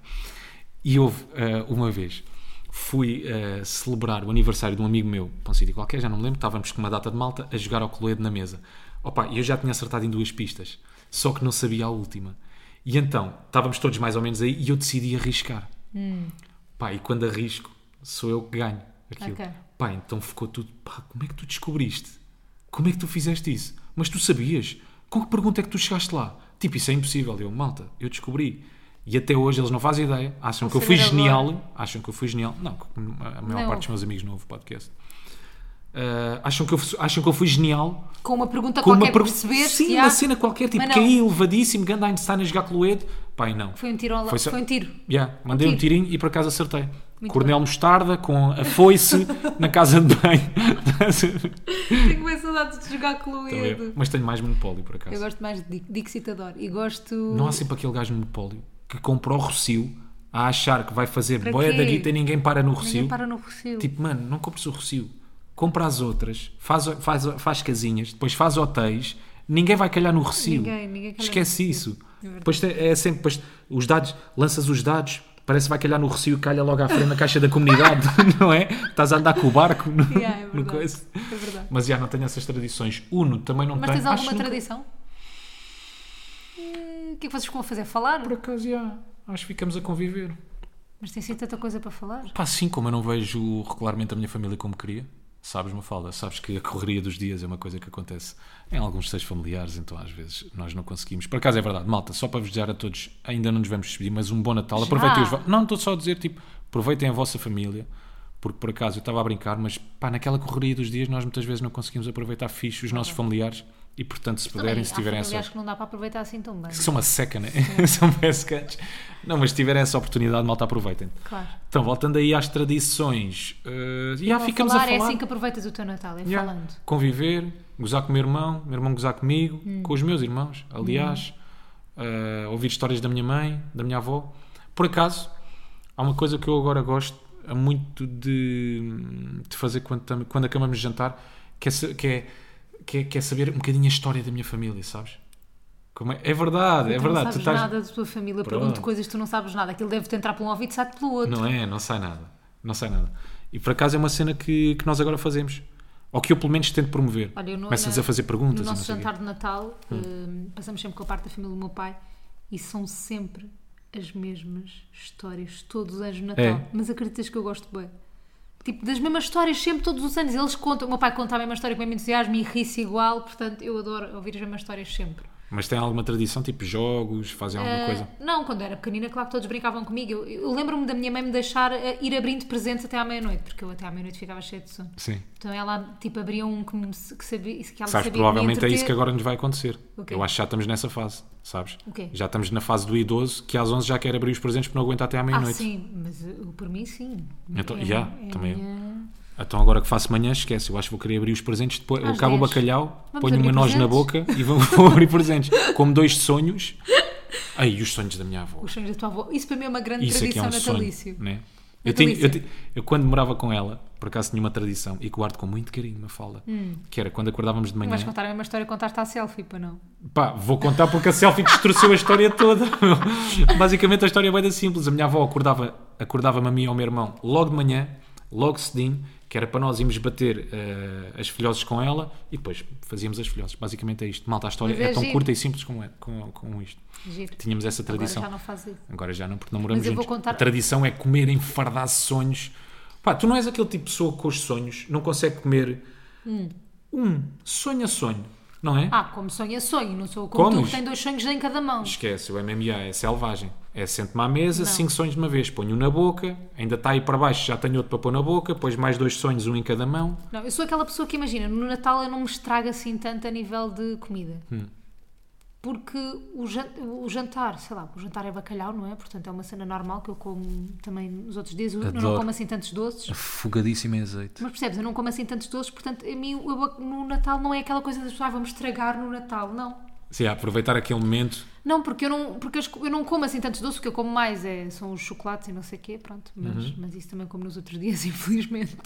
Speaker 2: E houve ah, uma vez, fui ah, celebrar o aniversário de um amigo meu, para um sítio qualquer, já não me lembro, estávamos com uma data de malta a jogar ao Cluedo na mesa. Opa, e eu já tinha acertado em duas pistas, só que não sabia a última. E então, estávamos todos mais ou menos aí e eu decidi arriscar. Pá, e quando arrisco, sou eu que ganho aquilo.
Speaker 1: Ok.
Speaker 2: Pá, então ficou tudo. Pá, como é que tu descobriste? Como é que tu fizeste isso? Mas tu sabias? Com que pergunta é que tu chegaste lá? Tipo, isso é impossível. Eu, malta, eu descobri. E até hoje eles não fazem ideia. Acham que eu
Speaker 1: saber
Speaker 2: fui
Speaker 1: agora.
Speaker 2: genial. Acham que eu fui genial. Não, a maior
Speaker 1: Não.
Speaker 2: parte dos meus amigos não ouve podcast. Ah, acham, que eu, acham que eu fui genial
Speaker 1: Com uma pergunta
Speaker 2: com
Speaker 1: qualquer
Speaker 2: uma pergu-
Speaker 1: perceber
Speaker 2: Sim,
Speaker 1: se
Speaker 2: uma
Speaker 1: há-
Speaker 2: cena qualquer, tipo,
Speaker 1: Mas não.
Speaker 2: caí elevadíssimo, ganda Einstein a jogar Cluedo. Pai, não.
Speaker 1: Foi um tiro ao
Speaker 2: Foi
Speaker 1: foi,
Speaker 2: só-
Speaker 1: foi um tiro.
Speaker 2: Yeah, mandei
Speaker 1: Um
Speaker 2: um,
Speaker 1: tiro.
Speaker 2: tirinho e por acaso acertei. Coronel Mostarda com a foice na casa de banho.
Speaker 1: Tenho bem saudades de jogar
Speaker 2: Também- é.
Speaker 1: Cluedo.
Speaker 2: Mas tenho mais monopólio por acaso.
Speaker 1: Eu gosto mais de Dix- Dixit, adoro. E gosto.
Speaker 2: Não há sempre aquele gajo no monopólio que compra o Rocio a achar que vai fazer
Speaker 1: Para
Speaker 2: boia
Speaker 1: quê?
Speaker 2: da guita e ninguém para no Rocio.
Speaker 1: Ninguém para no Rocio.
Speaker 2: Tipo, mano, não compres o Rocio. Compra as outras, faz, faz, faz casinhas, depois faz hotéis. Ninguém vai calhar no Rocio.
Speaker 1: Ninguém- ninguém calhar
Speaker 2: Esquece isso. Depois tem- é sempre, depois os dados, lanças os dados, parece que vai calhar no Rocio, calha logo à frente na caixa da comunidade, não é? Estás a andar com o barco no,
Speaker 1: Yeah, é
Speaker 2: no
Speaker 1: verdade.
Speaker 2: coisa.
Speaker 1: É verdade.
Speaker 2: Mas já não tenho essas tradições. Uno também não
Speaker 1: Mas
Speaker 2: tem.
Speaker 1: tens alguma
Speaker 2: Acho nunca-
Speaker 1: tradição? Eh, O que é que vocês vão fazer? Falar?
Speaker 2: Por acaso, já. Acho que ficamos a conviver.
Speaker 1: Mas tem sido tanta coisa para falar?
Speaker 2: Pá, sim, como eu não vejo regularmente a minha família como queria, sabes, Mafalda, sabes que a correria dos dias é uma coisa que acontece em alguns seis familiares, então às vezes nós não conseguimos. Por acaso é verdade, malta, só para vos dizer a todos, ainda não nos vamos despedir, mas um bom Natal. Aproveitem os. va- Não, estou só a dizer, tipo, aproveitem a vossa família, porque por acaso eu estava a brincar, mas pá, naquela correria dos dias nós muitas vezes não conseguimos aproveitar fixe os nossos familiares e, portanto, se puderem,
Speaker 1: Uhum. Também,
Speaker 2: se
Speaker 1: há
Speaker 2: tiverem
Speaker 1: familiares
Speaker 2: essa
Speaker 1: que não dá para aproveitar assim tão bem.
Speaker 2: que são uma seca, né? são pescantes. Não, mas se tiverem essa oportunidade, malta, aproveitem.
Speaker 1: Claro.
Speaker 2: Então, voltando aí às tradições, eh, já ficamos
Speaker 1: falar,
Speaker 2: a falar.
Speaker 1: É assim que aproveitas o teu Natal, é
Speaker 2: Já.
Speaker 1: falando.
Speaker 2: Conviver, gozar com o meu irmão, meu irmão gozar comigo,
Speaker 1: Hum.
Speaker 2: com os meus irmãos, aliás, Eh, ouvir histórias da minha mãe, da minha avó. Por acaso, há uma coisa que eu agora gosto eh, muito de, de fazer quando, tam- quando acabamos de jantar, que é, sa- que, é, que, é, que é saber um bocadinho a história da minha família, sabes? Como é, é verdade, é
Speaker 1: tu
Speaker 2: verdade.
Speaker 1: não
Speaker 2: tu
Speaker 1: sabes
Speaker 2: estás-
Speaker 1: nada da tua família,
Speaker 2: Pronto.
Speaker 1: pergunto coisas que tu não sabes nada. Aquilo deve-te entrar por um ouvido e sai pelo outro.
Speaker 2: Não é, não sai nada. Não sai nada. E por acaso é uma cena que, que nós agora fazemos. Ou que eu pelo menos tento promover.
Speaker 1: Olha, eu no-
Speaker 2: Começam-nos
Speaker 1: na-
Speaker 2: a fazer perguntas.
Speaker 1: No
Speaker 2: e não
Speaker 1: nosso
Speaker 2: sei o quê.
Speaker 1: hum,
Speaker 2: Hum.
Speaker 1: jantar de Natal, eh, passamos sempre com a parte da família do meu pai E são sempre as mesmas histórias todos os anos de Natal.
Speaker 2: É.
Speaker 1: Mas acreditas que eu gosto bem? Tipo, das mesmas histórias sempre, todos os anos. Eles contam. O meu pai conta a mesma história com o mesmo entusiasmo e ri-se igual. Portanto, eu adoro ouvir as mesmas histórias sempre.
Speaker 2: Mas tem alguma tradição, tipo jogos, fazem alguma coisa?
Speaker 1: Ah, Não, quando eu era pequenina, claro que todos brincavam comigo. Eu, eu lembro-me da minha mãe me deixar ah, ir abrindo presentes até à meia-noite, porque eu até à meia-noite ficava cheia de sono.
Speaker 2: Sim.
Speaker 1: Então ela, tipo, abria um que, me- que sabia, que ela
Speaker 2: Sabes,
Speaker 1: sabia
Speaker 2: provavelmente
Speaker 1: que
Speaker 2: é
Speaker 1: me ia
Speaker 2: isso
Speaker 1: entreter.
Speaker 2: que agora nos vai acontecer.
Speaker 1: O quê?
Speaker 2: Eu acho que já estamos nessa fase, sabes?
Speaker 1: O quê?
Speaker 2: Já estamos na fase do idoso que às 11 já quer abrir os presentes porque não aguenta até à
Speaker 1: Ah,
Speaker 2: meia-noite.
Speaker 1: sim, mas eu, por mim, sim.
Speaker 2: Então,
Speaker 1: É-
Speaker 2: já,
Speaker 1: é
Speaker 2: também eu.
Speaker 1: minha-
Speaker 2: Então agora que faço manhã, esquece. Eu acho que vou querer abrir os presentes depois. eu
Speaker 1: Às
Speaker 2: acabo o
Speaker 1: 10.
Speaker 2: bacalhau,
Speaker 1: Vamos
Speaker 2: ponho
Speaker 1: abrir
Speaker 2: uma noz na boca e vou, vou abrir presentes. Como dois sonhos. Ai, e os sonhos da minha avó.
Speaker 1: Os sonhos da tua avó. Isso para mim é uma grande
Speaker 2: Isso é que é
Speaker 1: tradição
Speaker 2: um
Speaker 1: natalícia.
Speaker 2: sonho. Né? Eu, tenho, eu,
Speaker 1: Natalício.
Speaker 2: te- eu quando morava com ela, por acaso tinha uma tradição e que guardo com muito carinho, uma fala, que era quando acordávamos
Speaker 1: Hum.
Speaker 2: de
Speaker 1: Não
Speaker 2: manhã.
Speaker 1: vais contar a mesma história, contaste à selfie, para não.
Speaker 2: Pá, vou contar porque a selfie distorceu a história toda. Basicamente a história é bem simples. A minha avó acordava, acordava-me a mim e ao meu irmão logo de manhã, logo cedinho, que era para nós irmos bater eh, as filhoses com ela e depois fazíamos as filhoses. Basicamente é isto. Malta, a história
Speaker 1: Mas é
Speaker 2: é tão
Speaker 1: giro.
Speaker 2: curta e simples como, é, com, com isto.
Speaker 1: Giro.
Speaker 2: Tínhamos essa
Speaker 1: Agora
Speaker 2: tradição.
Speaker 1: já não faz isso.
Speaker 2: Agora já não, porque não moramos
Speaker 1: Mas eu vou
Speaker 2: juntos.
Speaker 1: contar-
Speaker 2: A tradição é comer em fardar sonhos. Pá, tu não és aquele tipo de pessoa que com os sonhos, não consegue comer um sonho a sonho, não é?
Speaker 1: Hum. Ah, como sonho é sonho, não sou como tu
Speaker 2: Comes?
Speaker 1: que tem dois sonhos em cada mão.
Speaker 2: Esquece, o MMA é selvagem. É sento-me à mesa,
Speaker 1: Não.
Speaker 2: cinco sonhos de uma vez. Ponho um na boca, ainda está aí para baixo, já tenho outro para pôr na boca, depois mais dois sonhos, um em cada mão.
Speaker 1: Não, eu sou aquela pessoa que imagina, no Natal eu não me estrago assim tanto a nível de comida. Porque o jan- o jantar, sei lá, o jantar é bacalhau, não é? Portanto é uma cena normal que eu como também nos outros dias. Eu não
Speaker 2: Adoro.
Speaker 1: como assim tantos doces.
Speaker 2: Afogadíssimo em azeite.
Speaker 1: Mas percebes, eu não como assim tantos doces, portanto a mim o- o- no Natal não é aquela coisa das pessoas, ah, vamos estragar no Natal, não.
Speaker 2: Sim, a aproveitar aquele momento.
Speaker 1: Não, porque eu não, porque eu esco- eu não como assim tantos doces, o que eu como mais é, são os chocolates e não sei o quê, pronto. Mas, mas isso também como nos outros dias, infelizmente.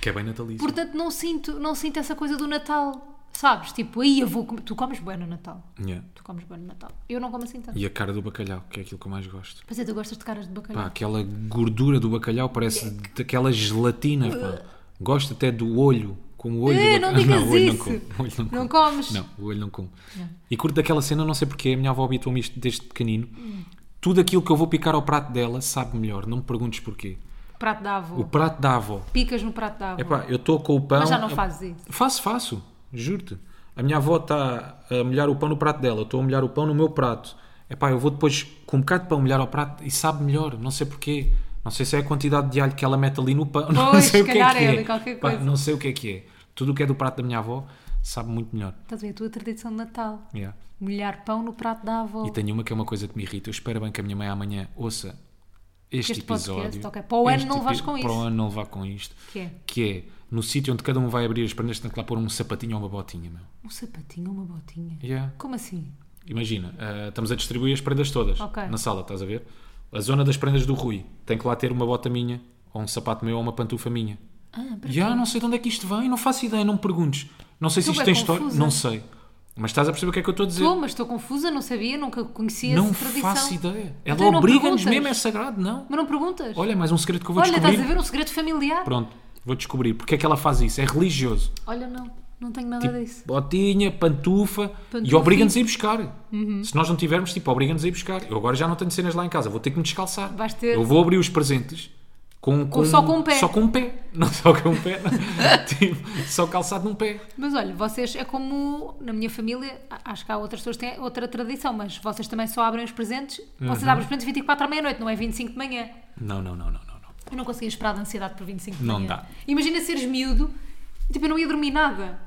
Speaker 2: Que é bem natalício.
Speaker 1: Portanto, não sinto, não sinto essa coisa do Natal, sabes? Tipo, aí eu vou comer. Tu comes bem no Natal.
Speaker 2: Yeah.
Speaker 1: Tu comes bem no Natal. Eu não como assim tanto.
Speaker 2: E a cara do bacalhau, que é aquilo que eu mais gosto.
Speaker 1: Pois é, tu gostas de caras de
Speaker 2: Pá,
Speaker 1: bacalhau.
Speaker 2: aquela gordura do bacalhau
Speaker 1: É
Speaker 2: parece daquela gelatina. Pá. Gosto até do olho. Com o olho.
Speaker 1: Eh, Uh.
Speaker 2: do
Speaker 1: não
Speaker 2: bac-
Speaker 1: digas
Speaker 2: o olho
Speaker 1: isso.
Speaker 2: Não, como, o olho não,
Speaker 1: Não
Speaker 2: como.
Speaker 1: comes?
Speaker 2: Não, o olho não como. E curto daquela cena, não sei porque, a minha avó habituou-me isto desde pequenino.
Speaker 1: Hum.
Speaker 2: Tudo aquilo que eu vou picar ao prato dela sabe melhor. Não me perguntes porquê.
Speaker 1: Prato da avó.
Speaker 2: O prato da avó.
Speaker 1: Picas no prato da avó.
Speaker 2: Epá, então, eu estou com o pão. é
Speaker 1: Mas já não fazes isso.
Speaker 2: Faço, faço, juro-te. A minha avó está a molhar o pão no prato dela, eu estou a molhar o pão no meu prato. Epá, eu vou depois com um bocado de pão molhar ao prato e sabe melhor, não sei porquê. Não sei se é a quantidade de alho que ela mete ali no pão, não
Speaker 1: Pois,
Speaker 2: sei
Speaker 1: se
Speaker 2: o que é
Speaker 1: calhar é
Speaker 2: que é.
Speaker 1: ali qualquer
Speaker 2: Pá,
Speaker 1: coisa.
Speaker 2: não sei o que é que é. Tudo o que é do prato da minha avó sabe muito melhor.
Speaker 1: Estás a ver a tua tradição de Natal.
Speaker 2: Yeah.
Speaker 1: Molhar pão no prato da avó.
Speaker 2: E tenho uma que é uma coisa que me irrita. Eu espero bem que a minha mãe amanhã ouça este,
Speaker 1: Este
Speaker 2: episódio.
Speaker 1: podcast, ok. Para o ano não
Speaker 2: epi-
Speaker 1: levas com
Speaker 2: Para
Speaker 1: isso.
Speaker 2: o ano não levar com isto.
Speaker 1: Que é?
Speaker 2: Que é, no sítio onde cada um vai abrir as prendas, tem que lá pôr um sapatinho ou uma botinha, meu.
Speaker 1: Um sapatinho, uma botinha.
Speaker 2: Yeah.
Speaker 1: Como assim?
Speaker 2: Imagina, ah, estamos a distribuir as prendas todas
Speaker 1: Ok.
Speaker 2: na sala, estás a ver? A zona das prendas do Rui tem que lá ter uma bota minha, ou um sapato meu, ou uma pantufa minha.
Speaker 1: Ah, para
Speaker 2: E ah, não sei de onde é que isto vem, não faço ideia, não me perguntes. Não sei se
Speaker 1: Tu
Speaker 2: isto
Speaker 1: é
Speaker 2: tem
Speaker 1: confusa.
Speaker 2: história, não sei. Mas estás a perceber o que é que eu estou a dizer?
Speaker 1: Estou, mas estou confusa, não sabia, nunca conhecia
Speaker 2: não
Speaker 1: essa tradição.
Speaker 2: faço ideia.
Speaker 1: Então
Speaker 2: Ela
Speaker 1: não
Speaker 2: obriga-nos
Speaker 1: perguntas?
Speaker 2: mesmo, é sagrado, não.
Speaker 1: Mas não perguntas?
Speaker 2: Olha, mais um segredo que eu vou
Speaker 1: Olha,
Speaker 2: descobrir.
Speaker 1: estás a ver um segredo familiar?
Speaker 2: Pronto, vou descobrir. Porque é que ela faz isso? É religioso.
Speaker 1: Olha, não, não tenho nada disso.
Speaker 2: Tipo, Botinha, pantufa, e
Speaker 1: Pantufinha.
Speaker 2: obriga-nos a ir buscar.
Speaker 1: Uhum.
Speaker 2: Se nós não tivermos, tipo, obriga-nos a ir buscar. Eu agora já não tenho cenas lá em casa, vou ter que me descalçar.
Speaker 1: Vais ter-
Speaker 2: Eu vou abrir os presentes com,
Speaker 1: só com um pé.
Speaker 2: Só com um pé. Não só com um pé, não. tipo, só calçado num pé.
Speaker 1: Mas olha, vocês é como na minha família, a- acho que há outras pessoas que têm outra tradição, mas vocês também só abrem os presentes.
Speaker 2: Uhum.
Speaker 1: Vocês abrem os presentes 24 à meia-noite, não é 25 de manhã.
Speaker 2: Não, não, não, não, não. não.
Speaker 1: Eu não conseguia esperar de ansiedade por 25 de
Speaker 2: Não
Speaker 1: manhã.
Speaker 2: dá.
Speaker 1: Imagina seres miúdo e tipo, eu não ia dormir nada.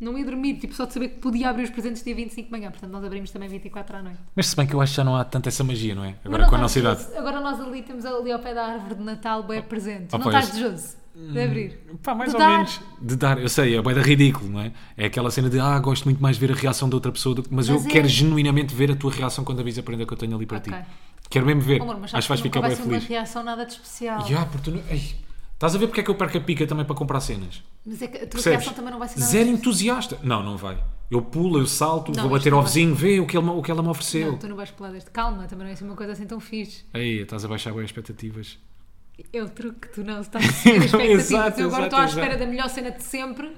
Speaker 1: Não ia dormir, tipo, só de saber que podia abrir os presentes dia 25 de manhã. Portanto, nós abrimos também 24 à noite.
Speaker 2: Mas se bem que eu acho que já não há tanta essa magia, não é?
Speaker 1: Mas
Speaker 2: Agora
Speaker 1: não
Speaker 2: com a
Speaker 1: estás
Speaker 2: nossa idade.
Speaker 1: desejoso. Agora nós ali temos ali ao pé da árvore de Natal, bem presente.
Speaker 2: Oh,
Speaker 1: não
Speaker 2: pois. Hum.
Speaker 1: estás desejoso de abrir.
Speaker 2: Pá, mais
Speaker 1: De
Speaker 2: ou
Speaker 1: dar.
Speaker 2: menos. De dar, eu sei, é boeda ridículo, não é? É aquela cena de, ah, gosto muito mais de ver a reação de outra pessoa, do que- mas,
Speaker 1: Mas
Speaker 2: eu
Speaker 1: é.
Speaker 2: quero genuinamente ver a tua reação quando avis a prenda que eu tenho ali para
Speaker 1: Ok.
Speaker 2: ti. Quero mesmo ver.
Speaker 1: Oh, Amor, mas
Speaker 2: Acho que vais
Speaker 1: nunca
Speaker 2: ficar
Speaker 1: vai
Speaker 2: bem
Speaker 1: ser uma
Speaker 2: feliz.
Speaker 1: reação nada de especial.
Speaker 2: Ya, porque tu não- Ei, estás a ver porque é que eu perco a pica também para comprar cenas?
Speaker 1: Mas é que a tua
Speaker 2: Percebes?
Speaker 1: reação também não vai ser nada
Speaker 2: Zero
Speaker 1: de
Speaker 2: entusiasta. Não, não vai. Eu pulo, eu salto,
Speaker 1: Não,
Speaker 2: vou
Speaker 1: isto
Speaker 2: bater
Speaker 1: não
Speaker 2: ao
Speaker 1: vai.
Speaker 2: vizinho, vê o que, ele, o que ela me ofereceu.
Speaker 1: Não, tu não vais pular deste. Calma, também não é assim uma coisa assim tão fixe.
Speaker 2: Ei, estás a baixar bem as expectativas.
Speaker 1: É o truque, tu não estás a seguir as expectativas.
Speaker 2: Exato,
Speaker 1: eu agora
Speaker 2: exato,
Speaker 1: estou à
Speaker 2: exato.
Speaker 1: espera da melhor cena de sempre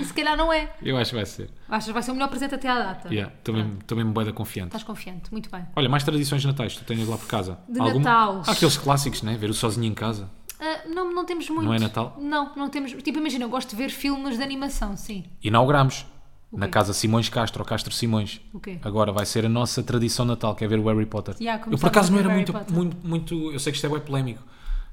Speaker 1: e se calhar não é.
Speaker 2: Eu acho que vai ser.
Speaker 1: Achas que vai ser o melhor presente até à data?
Speaker 2: Yeah, também, também me boeda confiante.
Speaker 1: Estás confiante, muito bem.
Speaker 2: Olha, mais tradições de natais que tu tens lá por casa?
Speaker 1: De Natal.
Speaker 2: Há aqueles clássicos, né? Ver o sozinho em casa.
Speaker 1: Ah, não, não temos muito.
Speaker 2: Não é Natal?
Speaker 1: Não, não temos. Tipo, imagina, eu gosto de ver filmes de animação, sim.
Speaker 2: Inauguramos.
Speaker 1: O
Speaker 2: Na
Speaker 1: quê?
Speaker 2: casa Simões Castro, ou Castro Simões.
Speaker 1: O quê?
Speaker 2: Agora vai ser a nossa tradição de natal, que é ver o Harry Potter.
Speaker 1: Yeah,
Speaker 2: eu
Speaker 1: começámos
Speaker 2: por acaso
Speaker 1: a
Speaker 2: não
Speaker 1: ver
Speaker 2: era
Speaker 1: Harry
Speaker 2: muito,
Speaker 1: Potter.
Speaker 2: muito, muito. Eu sei que isto é bem polémico.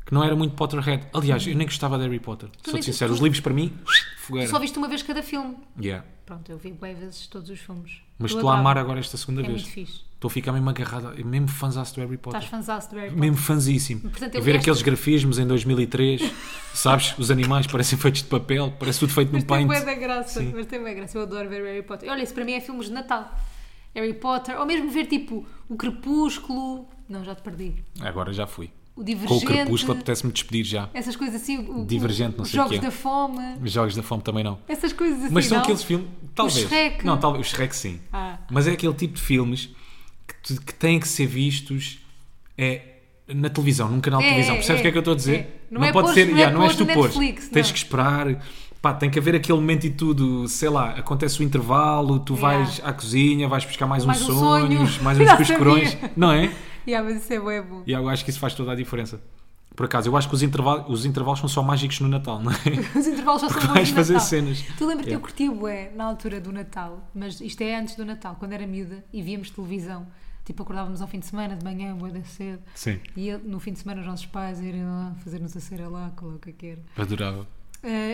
Speaker 2: Que não era muito Potterhead. Aliás, eu nem gostava de Harry Potter.
Speaker 1: nem-
Speaker 2: Sou sincero,
Speaker 1: tu-
Speaker 2: os livros para mim, fogueira.
Speaker 1: Só viste uma vez cada filme.
Speaker 2: Yeah.
Speaker 1: Pronto, eu vi bué vezes todos os filmes.
Speaker 2: Mas
Speaker 1: Eu
Speaker 2: estou a amar
Speaker 1: adoro.
Speaker 2: agora esta segunda
Speaker 1: É
Speaker 2: vez.
Speaker 1: muito fixe.
Speaker 2: Estou a ficar mesmo agarrada, mesmo fanzaço do Harry Potter.
Speaker 1: Estás fanzaço do Harry Potter.
Speaker 2: Mesmo fanzíssimo.
Speaker 1: Portanto, eu
Speaker 2: Eu ver
Speaker 1: li esta-
Speaker 2: aqueles grafismos em 2003, sabes? Os animais parecem feitos de papel, parece tudo feito no
Speaker 1: Mas tem
Speaker 2: paint.
Speaker 1: bué da graça,
Speaker 2: um Sim.
Speaker 1: mas tem bué da graça. Eu adoro ver Harry Potter. Olha, isso para mim é filmes de Natal. Harry Potter, ou mesmo ver tipo o Crepúsculo. Não, já te perdi.
Speaker 2: Agora já fui.
Speaker 1: O
Speaker 2: Com o
Speaker 1: Divergente.
Speaker 2: crepúsculo apetece-me despedir já.
Speaker 1: essas coisas assim. o- o-
Speaker 2: Divergente, não
Speaker 1: os
Speaker 2: sei o
Speaker 1: Jogos
Speaker 2: quê.
Speaker 1: da Fome.
Speaker 2: Os Jogos da Fome também não.
Speaker 1: Essas coisas assim.
Speaker 2: Mas são
Speaker 1: não?
Speaker 2: aqueles filmes. Talvez.
Speaker 1: Shrek.
Speaker 2: Não, talvez. O Shrek sim.
Speaker 1: Ah.
Speaker 2: Mas é aquele tipo de filmes que, tu- que têm que ser vistos é, na televisão, num canal de
Speaker 1: É,
Speaker 2: televisão.
Speaker 1: é,
Speaker 2: Percebes o que é que eu estou a dizer?
Speaker 1: é. Não é pôr- não é
Speaker 2: yeah,
Speaker 1: pôr
Speaker 2: és tu
Speaker 1: no
Speaker 2: pôr.
Speaker 1: Netflix,
Speaker 2: Tens
Speaker 1: não.
Speaker 2: que esperar. Pá, tem que haver aquele momento e tudo, sei lá, acontece o intervalo, tu
Speaker 1: Yeah.
Speaker 2: vais à cozinha, vais buscar mais,
Speaker 1: Mais
Speaker 2: uns
Speaker 1: um sonho.
Speaker 2: sonhos, mais
Speaker 1: Já
Speaker 2: uns cuscurões,
Speaker 1: sabia.
Speaker 2: não é?
Speaker 1: Yeah, mas isso é bué bom.
Speaker 2: E eu acho que isso faz toda a diferença. Por acaso, eu acho que os intervalos, os intervalos são só mágicos no Natal, não é?
Speaker 1: Os intervalos só são bons
Speaker 2: Vais
Speaker 1: no
Speaker 2: fazer
Speaker 1: Natal.
Speaker 2: cenas.
Speaker 1: Tu lembras-te,
Speaker 2: Yeah.
Speaker 1: eu curtia bué na altura do Natal, mas isto é antes do Natal, quando era miúda e víamos televisão. Tipo, acordávamos ao fim de semana, de manhã, bué da cedo.
Speaker 2: Sim,
Speaker 1: E eu, no fim de semana os nossos pais irem lá fazer-nos a cera lá, é o que quer.
Speaker 2: adorava.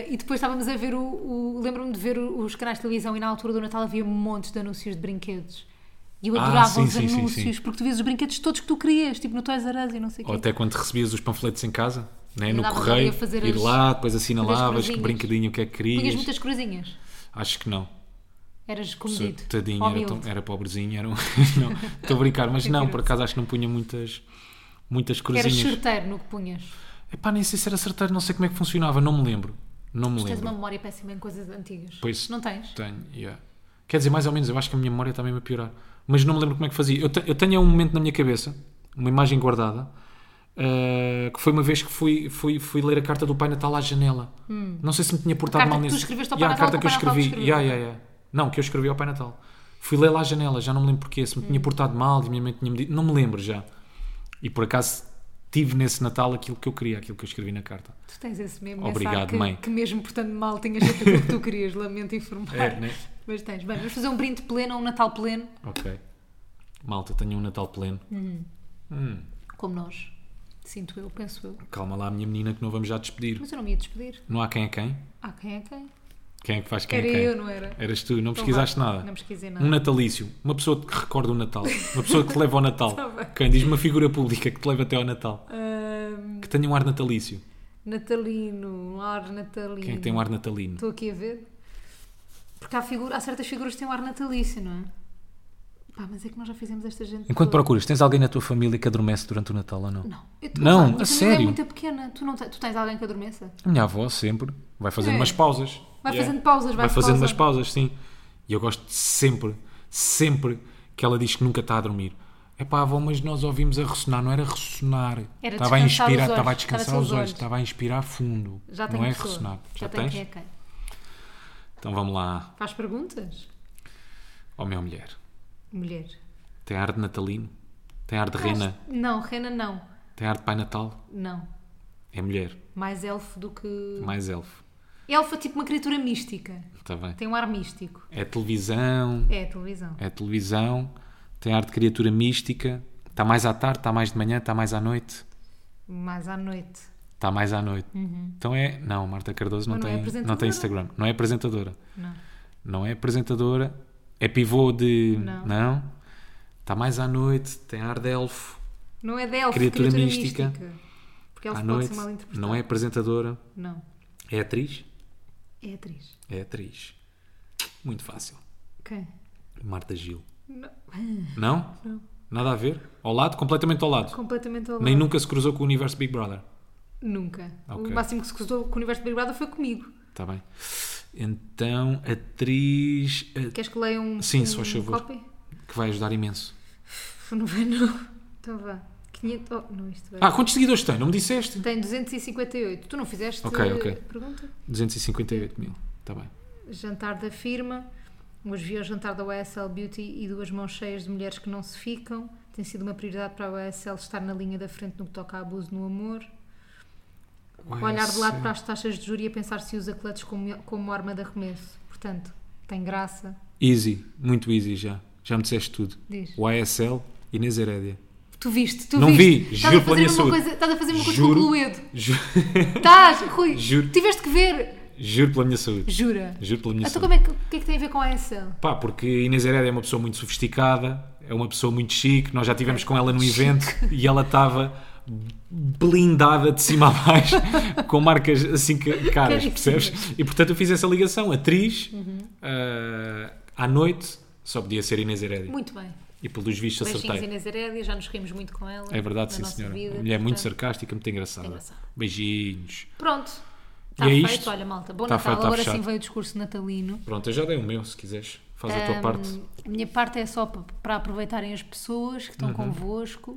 Speaker 1: e depois estávamos a ver o. o- Lembro-me de ver o- os canais de televisão e na altura do Natal havia montes de anúncios de brinquedos. E eu
Speaker 2: Ah,
Speaker 1: adorava
Speaker 2: sim,
Speaker 1: os
Speaker 2: sim, sim,
Speaker 1: anúncios,
Speaker 2: sim.
Speaker 1: porque tu vias os brinquedos todos que tu querias, tipo no Toys R Us e não sei o
Speaker 2: Ou
Speaker 1: quê.
Speaker 2: até quando recebias os panfletos em casa, né? no
Speaker 1: Andava ali a
Speaker 2: correio,
Speaker 1: fazer
Speaker 2: ir
Speaker 1: as-
Speaker 2: lá, depois assinalavas que
Speaker 1: cruzinhas.
Speaker 2: brincadinho o que é que
Speaker 1: Tinhas
Speaker 2: querias.
Speaker 1: muitas coisinhas.
Speaker 2: Acho que não.
Speaker 1: Eras comido.
Speaker 2: Tadinho, era,
Speaker 1: humilde.
Speaker 2: tão- era pobrezinho, era um... não, Estou a brincar, mas não, por acaso acho que não punha muitas, muitas
Speaker 1: Eras
Speaker 2: cruzinhas.
Speaker 1: certeiro no que punhas.
Speaker 2: Epá, nem sei se era certeiro, não sei como é que funcionava, não me lembro. Não me
Speaker 1: Tu tens
Speaker 2: lembro.
Speaker 1: uma memória péssima em coisas antigas.
Speaker 2: Pois.
Speaker 1: Não tens?
Speaker 2: Tenho, yeah. Quer dizer, mais ou menos, eu acho que a minha memória está mesmo a piorar. Mas não me lembro como é que fazia. Eu, te- eu tenho um momento na minha cabeça, uma imagem guardada, eh, que foi uma vez que fui, fui, fui ler a carta do Pai Natal à janela. Não sei se me tinha portado
Speaker 1: Hum. carta
Speaker 2: mal
Speaker 1: que tu
Speaker 2: nesse...
Speaker 1: escreveste ao Pai
Speaker 2: Yeah, a
Speaker 1: Natal,
Speaker 2: carta que
Speaker 1: que
Speaker 2: eu
Speaker 1: o Pai Natal
Speaker 2: escrevi.
Speaker 1: escreveu.
Speaker 2: Yeah, yeah, yeah. Não, que eu escrevi ao Pai Natal. Fui ler lá à janela, já não me lembro porquê,
Speaker 1: Hum.
Speaker 2: se me tinha portado mal, e a minha mãe tinha-me dito... Não me lembro já. E por acaso tive nesse Natal aquilo que eu queria, aquilo que eu escrevi na carta.
Speaker 1: Tu tens esse mesmo.
Speaker 2: Obrigado,
Speaker 1: que,
Speaker 2: mãe.
Speaker 1: Que mesmo portanto mal tinhas feito aquilo que tu querias, lamento informar.
Speaker 2: É, né?
Speaker 1: Mas tens. Bem, vamos fazer um brinde pleno, um Natal pleno,
Speaker 2: Ok. Malta, tenho um Natal pleno. Hum.
Speaker 1: como nós. Uhum. Sinto eu, penso eu.
Speaker 2: Calma lá, minha menina, que não vamos já despedir.
Speaker 1: Mas eu não me ia despedir.
Speaker 2: Não há quem é quem?
Speaker 1: Ah, quem é quem?
Speaker 2: Quem é que faz quem
Speaker 1: era
Speaker 2: é quem?
Speaker 1: eu, não era?
Speaker 2: Eras tu, não pesquisaste
Speaker 1: Então vá,
Speaker 2: nada.
Speaker 1: Não pesquisei
Speaker 2: Um
Speaker 1: nada.
Speaker 2: natalício, uma pessoa que recorda o Natal, uma pessoa que te leva ao Natal.
Speaker 1: Tá bem.
Speaker 2: quem diz uma figura pública que te leva até ao Natal,
Speaker 1: Ahm,
Speaker 2: que tenha um ar natalício.
Speaker 1: natalino, um ar natalino.
Speaker 2: Quem é que tem um ar natalino?
Speaker 1: Estou aqui a ver. Porque há, figura, há certas figuras que têm um ar natalício, não é? Pá, mas é que nós já fizemos esta gente.
Speaker 2: Enquanto
Speaker 1: toda.
Speaker 2: procuras, tens alguém na tua família que adormece durante o Natal ou não?
Speaker 1: Não, eu opa,
Speaker 2: Não, a
Speaker 1: a minha família
Speaker 2: sério?
Speaker 1: é muito pequena. Tu, não te- tu tens alguém que adormeça?
Speaker 2: A minha avó sempre vai fazendo
Speaker 1: É.
Speaker 2: umas pausas.
Speaker 1: Vai
Speaker 2: Yeah.
Speaker 1: fazendo pausas, vai,
Speaker 2: vai fazendo
Speaker 1: pausa.
Speaker 2: umas pausas, sim. E eu gosto sempre, sempre que ela diz que nunca está a dormir. É pá, avó, mas nós ouvimos a ressonar, não era ressonar.
Speaker 1: Era
Speaker 2: estava
Speaker 1: descansar
Speaker 2: a
Speaker 1: os
Speaker 2: inspirar,
Speaker 1: olhos,
Speaker 2: estava a
Speaker 1: estava a
Speaker 2: descansar
Speaker 1: ser os
Speaker 2: os olhos,
Speaker 1: olhos.
Speaker 2: estava a inspirar fundo.
Speaker 1: Já tenho
Speaker 2: não é
Speaker 1: pessoa.
Speaker 2: ressonar. Já,
Speaker 1: tenho
Speaker 2: tens?
Speaker 1: quem é quem.
Speaker 2: Então vamos lá,
Speaker 1: Faz perguntas?
Speaker 2: ó minha mulher.
Speaker 1: Mulher.
Speaker 2: Tem ar de natalino? Tem ar de rena?
Speaker 1: Não, Rena não.
Speaker 2: Tem ar de pai natal?
Speaker 1: Não.
Speaker 2: É mulher,
Speaker 1: Mais elfo do que.
Speaker 2: mais elfo.
Speaker 1: Elfo é tipo uma criatura mística.
Speaker 2: Está bem.
Speaker 1: Tem um ar místico.
Speaker 2: É televisão,
Speaker 1: É a televisão.
Speaker 2: é televisão, tem ar de criatura mística. Está mais à tarde, está mais de manhã, está mais à noite.
Speaker 1: Mais à noite.
Speaker 2: Está Tá mais à noite. Então é. Não, Marta Cardoso não,
Speaker 1: Uhum. Mas não é
Speaker 2: tem, não
Speaker 1: apresentadora.
Speaker 2: tem Instagram. Não é apresentadora.
Speaker 1: Não.
Speaker 2: Não é apresentadora. É pivô de.
Speaker 1: Não.
Speaker 2: Está mais à noite, tem ar de elfo.
Speaker 1: Não é de elfo,
Speaker 2: Criatura
Speaker 1: criatura,
Speaker 2: mística.
Speaker 1: mística. Porque elfo
Speaker 2: à
Speaker 1: pode
Speaker 2: noite.
Speaker 1: ser mal interpretado.
Speaker 2: Não é apresentadora.
Speaker 1: Não.
Speaker 2: É atriz?
Speaker 1: É atriz.
Speaker 2: É atriz. Muito fácil.
Speaker 1: Quem?
Speaker 2: Marta Gil.
Speaker 1: Não.
Speaker 2: Não?
Speaker 1: Não.
Speaker 2: Nada a ver? Ao lado? Completamente ao lado.
Speaker 1: Completamente ao lado.
Speaker 2: Nem nunca se cruzou com o universo Big Brother.
Speaker 1: Nunca.
Speaker 2: Ok.
Speaker 1: O máximo que se cruzou com o universo de Big Brother foi comigo.
Speaker 2: Está Tá bem. Então, atriz. eh, a-
Speaker 1: Queres que leia um,
Speaker 2: Sim,
Speaker 1: um
Speaker 2: se faz favor.
Speaker 1: copy?
Speaker 2: que vai ajudar imenso.
Speaker 1: Não vai não. Então vá. 500... Oh, não, isto vai...
Speaker 2: Ah, quantos seguidores tem? Não me disseste?
Speaker 1: Tem 258. Tu não fizeste
Speaker 2: Ok, ok.
Speaker 1: pergunta?
Speaker 2: 258 mil. Está bem.
Speaker 1: Jantar da firma. Hoje vi ao jantar da YSL Beauty e duas mãos cheias de mulheres que não se ficam. Tem sido uma prioridade para a YSL estar na linha da frente no que toca a abuso no amor. Olhar de lado tá- para as taxas de júri e pensar se usa clutch como, como arma de arremesso. Portanto, tem graça.
Speaker 2: Easy, muito easy já. Já me disseste tudo.
Speaker 1: Diz.
Speaker 2: O ASL, Inês Herédia.
Speaker 1: Tu viste, tu
Speaker 2: Não
Speaker 1: viste.
Speaker 2: vi,
Speaker 1: estás,
Speaker 2: juro
Speaker 1: a
Speaker 2: pela minha
Speaker 1: fazer uma
Speaker 2: saúde.
Speaker 1: coisa, estás a fazer uma coisa
Speaker 2: Juro.
Speaker 1: com o Cluedo.
Speaker 2: Ju-
Speaker 1: Estás, Rui.
Speaker 2: Juro.
Speaker 1: Tiveste que ver.
Speaker 2: Juro pela minha saúde.
Speaker 1: Jura.
Speaker 2: Juro pela minha
Speaker 1: Então
Speaker 2: saúde.
Speaker 1: como é que, o que é que tem a ver com a ASL?
Speaker 2: Pá, porque a Inês Herédia é uma pessoa muito sofisticada, é uma pessoa muito chique. Nós já estivemos com ela num evento e ela estava blindada de cima a baixo, com marcas assim que- caras,
Speaker 1: Caríssimas. Uhum.
Speaker 2: percebes? E portanto eu fiz essa ligação. Atriz, ah, à noite, só podia ser Inês Herédia.
Speaker 1: Muito bem.
Speaker 2: E pelos vistos
Speaker 1: Beijinhos
Speaker 2: acertei.
Speaker 1: Inês Herédia, já nos rimos muito com ela.
Speaker 2: É verdade,
Speaker 1: na
Speaker 2: sim
Speaker 1: nossa
Speaker 2: senhora.
Speaker 1: vida,
Speaker 2: a mulher é muito
Speaker 1: portanto,
Speaker 2: sarcástica, muito engraçada.
Speaker 1: engraçada.
Speaker 2: Beijinhos.
Speaker 1: Pronto. Está
Speaker 2: E é
Speaker 1: feito,
Speaker 2: isto?
Speaker 1: olha malta. Bom
Speaker 2: Está
Speaker 1: Natal.
Speaker 2: feito, está
Speaker 1: Agora
Speaker 2: fechado.
Speaker 1: sim veio o discurso natalino.
Speaker 2: Pronto, eu já dei o meu, se quiseres. Faz a tua
Speaker 1: Ahm,
Speaker 2: parte.
Speaker 1: A minha parte é só pa- para aproveitarem as pessoas que estão
Speaker 2: Uhum.
Speaker 1: convosco.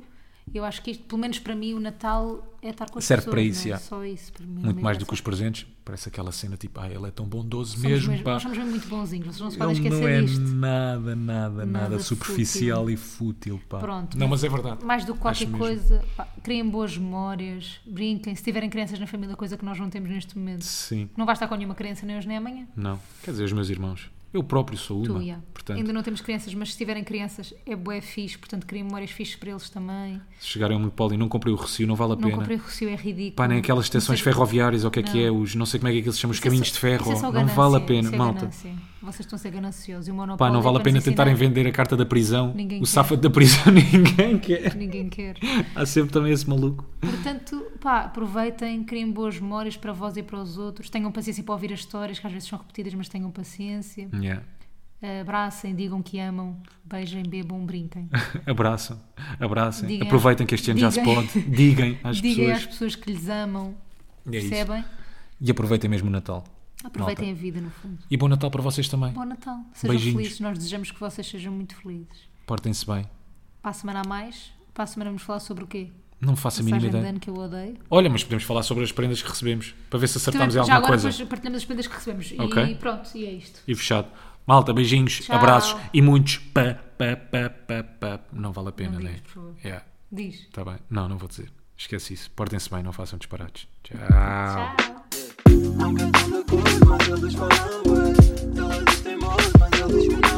Speaker 1: Eu acho que isto, pelo menos para mim, o Natal é estar com as
Speaker 2: Serve
Speaker 1: pessoas.
Speaker 2: para isso,
Speaker 1: não é?
Speaker 2: já.
Speaker 1: Só isso. para mim,
Speaker 2: Muito
Speaker 1: mesmo
Speaker 2: mais
Speaker 1: é
Speaker 2: do que
Speaker 1: só-
Speaker 2: os presentes. Parece aquela cena tipo, ah, ele é tão bondoso
Speaker 1: somos
Speaker 2: mesmo,
Speaker 1: mesmo-
Speaker 2: pá.
Speaker 1: Nós somos mesmo muito bonzinhos, vocês não se
Speaker 2: Ele
Speaker 1: podem esquecer
Speaker 2: não é
Speaker 1: disto.
Speaker 2: nada, nada, nada,
Speaker 1: Nada
Speaker 2: superficial e fútil, pá.
Speaker 1: Pronto.
Speaker 2: Não, mas é verdade.
Speaker 1: Mais do que qualquer
Speaker 2: Acho mesmo.
Speaker 1: coisa, pá, criem boas memórias, brinquem. Se tiverem crianças na família, coisa que nós não temos neste momento,
Speaker 2: Sim,
Speaker 1: não basta com nenhuma criança nem hoje nem amanhã.
Speaker 2: não. Quer dizer, os meus irmãos. Eu próprio sou
Speaker 1: Tu,
Speaker 2: uma.
Speaker 1: já.
Speaker 2: Portanto,
Speaker 1: Ainda não temos crianças, mas se tiverem crianças, é bué fixe, portanto, criem memórias fixes para eles também.
Speaker 2: se chegarem ao monopólio e não comprei o recio, não vale a
Speaker 1: Não
Speaker 2: pena.
Speaker 1: comprei o Rocio, é ridículo.
Speaker 2: Pá, nem aquelas estações ferroviárias, ou o que é que é, os, não sei como é que aquilo se chama, os caminhos de ferro.
Speaker 1: Isso é só
Speaker 2: não
Speaker 1: ganância,
Speaker 2: vale a pena,
Speaker 1: isso é
Speaker 2: malta.
Speaker 1: ganância. Vocês estão a ser gananciosos. E o monopólio
Speaker 2: Pá, não
Speaker 1: é
Speaker 2: vale a
Speaker 1: para
Speaker 2: pena
Speaker 1: nos
Speaker 2: tentarem
Speaker 1: ensinar.
Speaker 2: vender a carta da prisão.
Speaker 1: Ninguém
Speaker 2: o
Speaker 1: quer.
Speaker 2: safado da prisão ninguém quer.
Speaker 1: Ninguém quer.
Speaker 2: Há sempre também esse maluco.
Speaker 1: Portanto, pá, aproveitem, criem boas memórias para vós e para os outros. Tenham paciência para ouvir as histórias, que às vezes são repetidas, mas tenham paciência.
Speaker 2: Yeah.
Speaker 1: Abracem, digam que amam, beijem, bebam, brinquem.
Speaker 2: Abraçam, abracem,
Speaker 1: Digam-
Speaker 2: aproveitem que este ano já se
Speaker 1: digam-
Speaker 2: pode, digam às
Speaker 1: digam às
Speaker 2: pessoas
Speaker 1: pessoas que lhes amam,
Speaker 2: E é isso.
Speaker 1: percebem?
Speaker 2: e aproveitem mesmo o Natal.
Speaker 1: Aproveitem
Speaker 2: Malta.
Speaker 1: a vida, no fundo.
Speaker 2: E bom Natal para vocês também.
Speaker 1: Bom Natal, sejam
Speaker 2: Beijinhos.
Speaker 1: felizes, nós desejamos que vocês sejam muito felizes.
Speaker 2: Portem-se bem.
Speaker 1: Para a semana a mais, para a semana vamos falar sobre o quê?
Speaker 2: Não faço a mínima
Speaker 1: Passagem de
Speaker 2: ideia.
Speaker 1: ano que eu odeio.
Speaker 2: Olha, mas podemos falar sobre as prendas que recebemos para ver se
Speaker 1: Também,
Speaker 2: acertamos em
Speaker 1: Então, já
Speaker 2: alguma
Speaker 1: agora
Speaker 2: coisa.
Speaker 1: depois partilhamos as prendas que recebemos. E
Speaker 2: Ok.
Speaker 1: pronto, e é isto.
Speaker 2: E fechado. Malta, beijinhos,
Speaker 1: Tchau.
Speaker 2: abraços e muitos. Pa, pa, pa, pa, pa. Não vale a pena,
Speaker 1: Não
Speaker 2: né?
Speaker 1: digas, por favor.
Speaker 2: Yeah.
Speaker 1: Diz.
Speaker 2: Tá bem. Não, não vou dizer. Esquece isso. Portem-se bem, não façam disparates. Tchau.
Speaker 1: Tchau.
Speaker 3: I'm good on the court, my girl is fine, but the list is more, my girl is fine.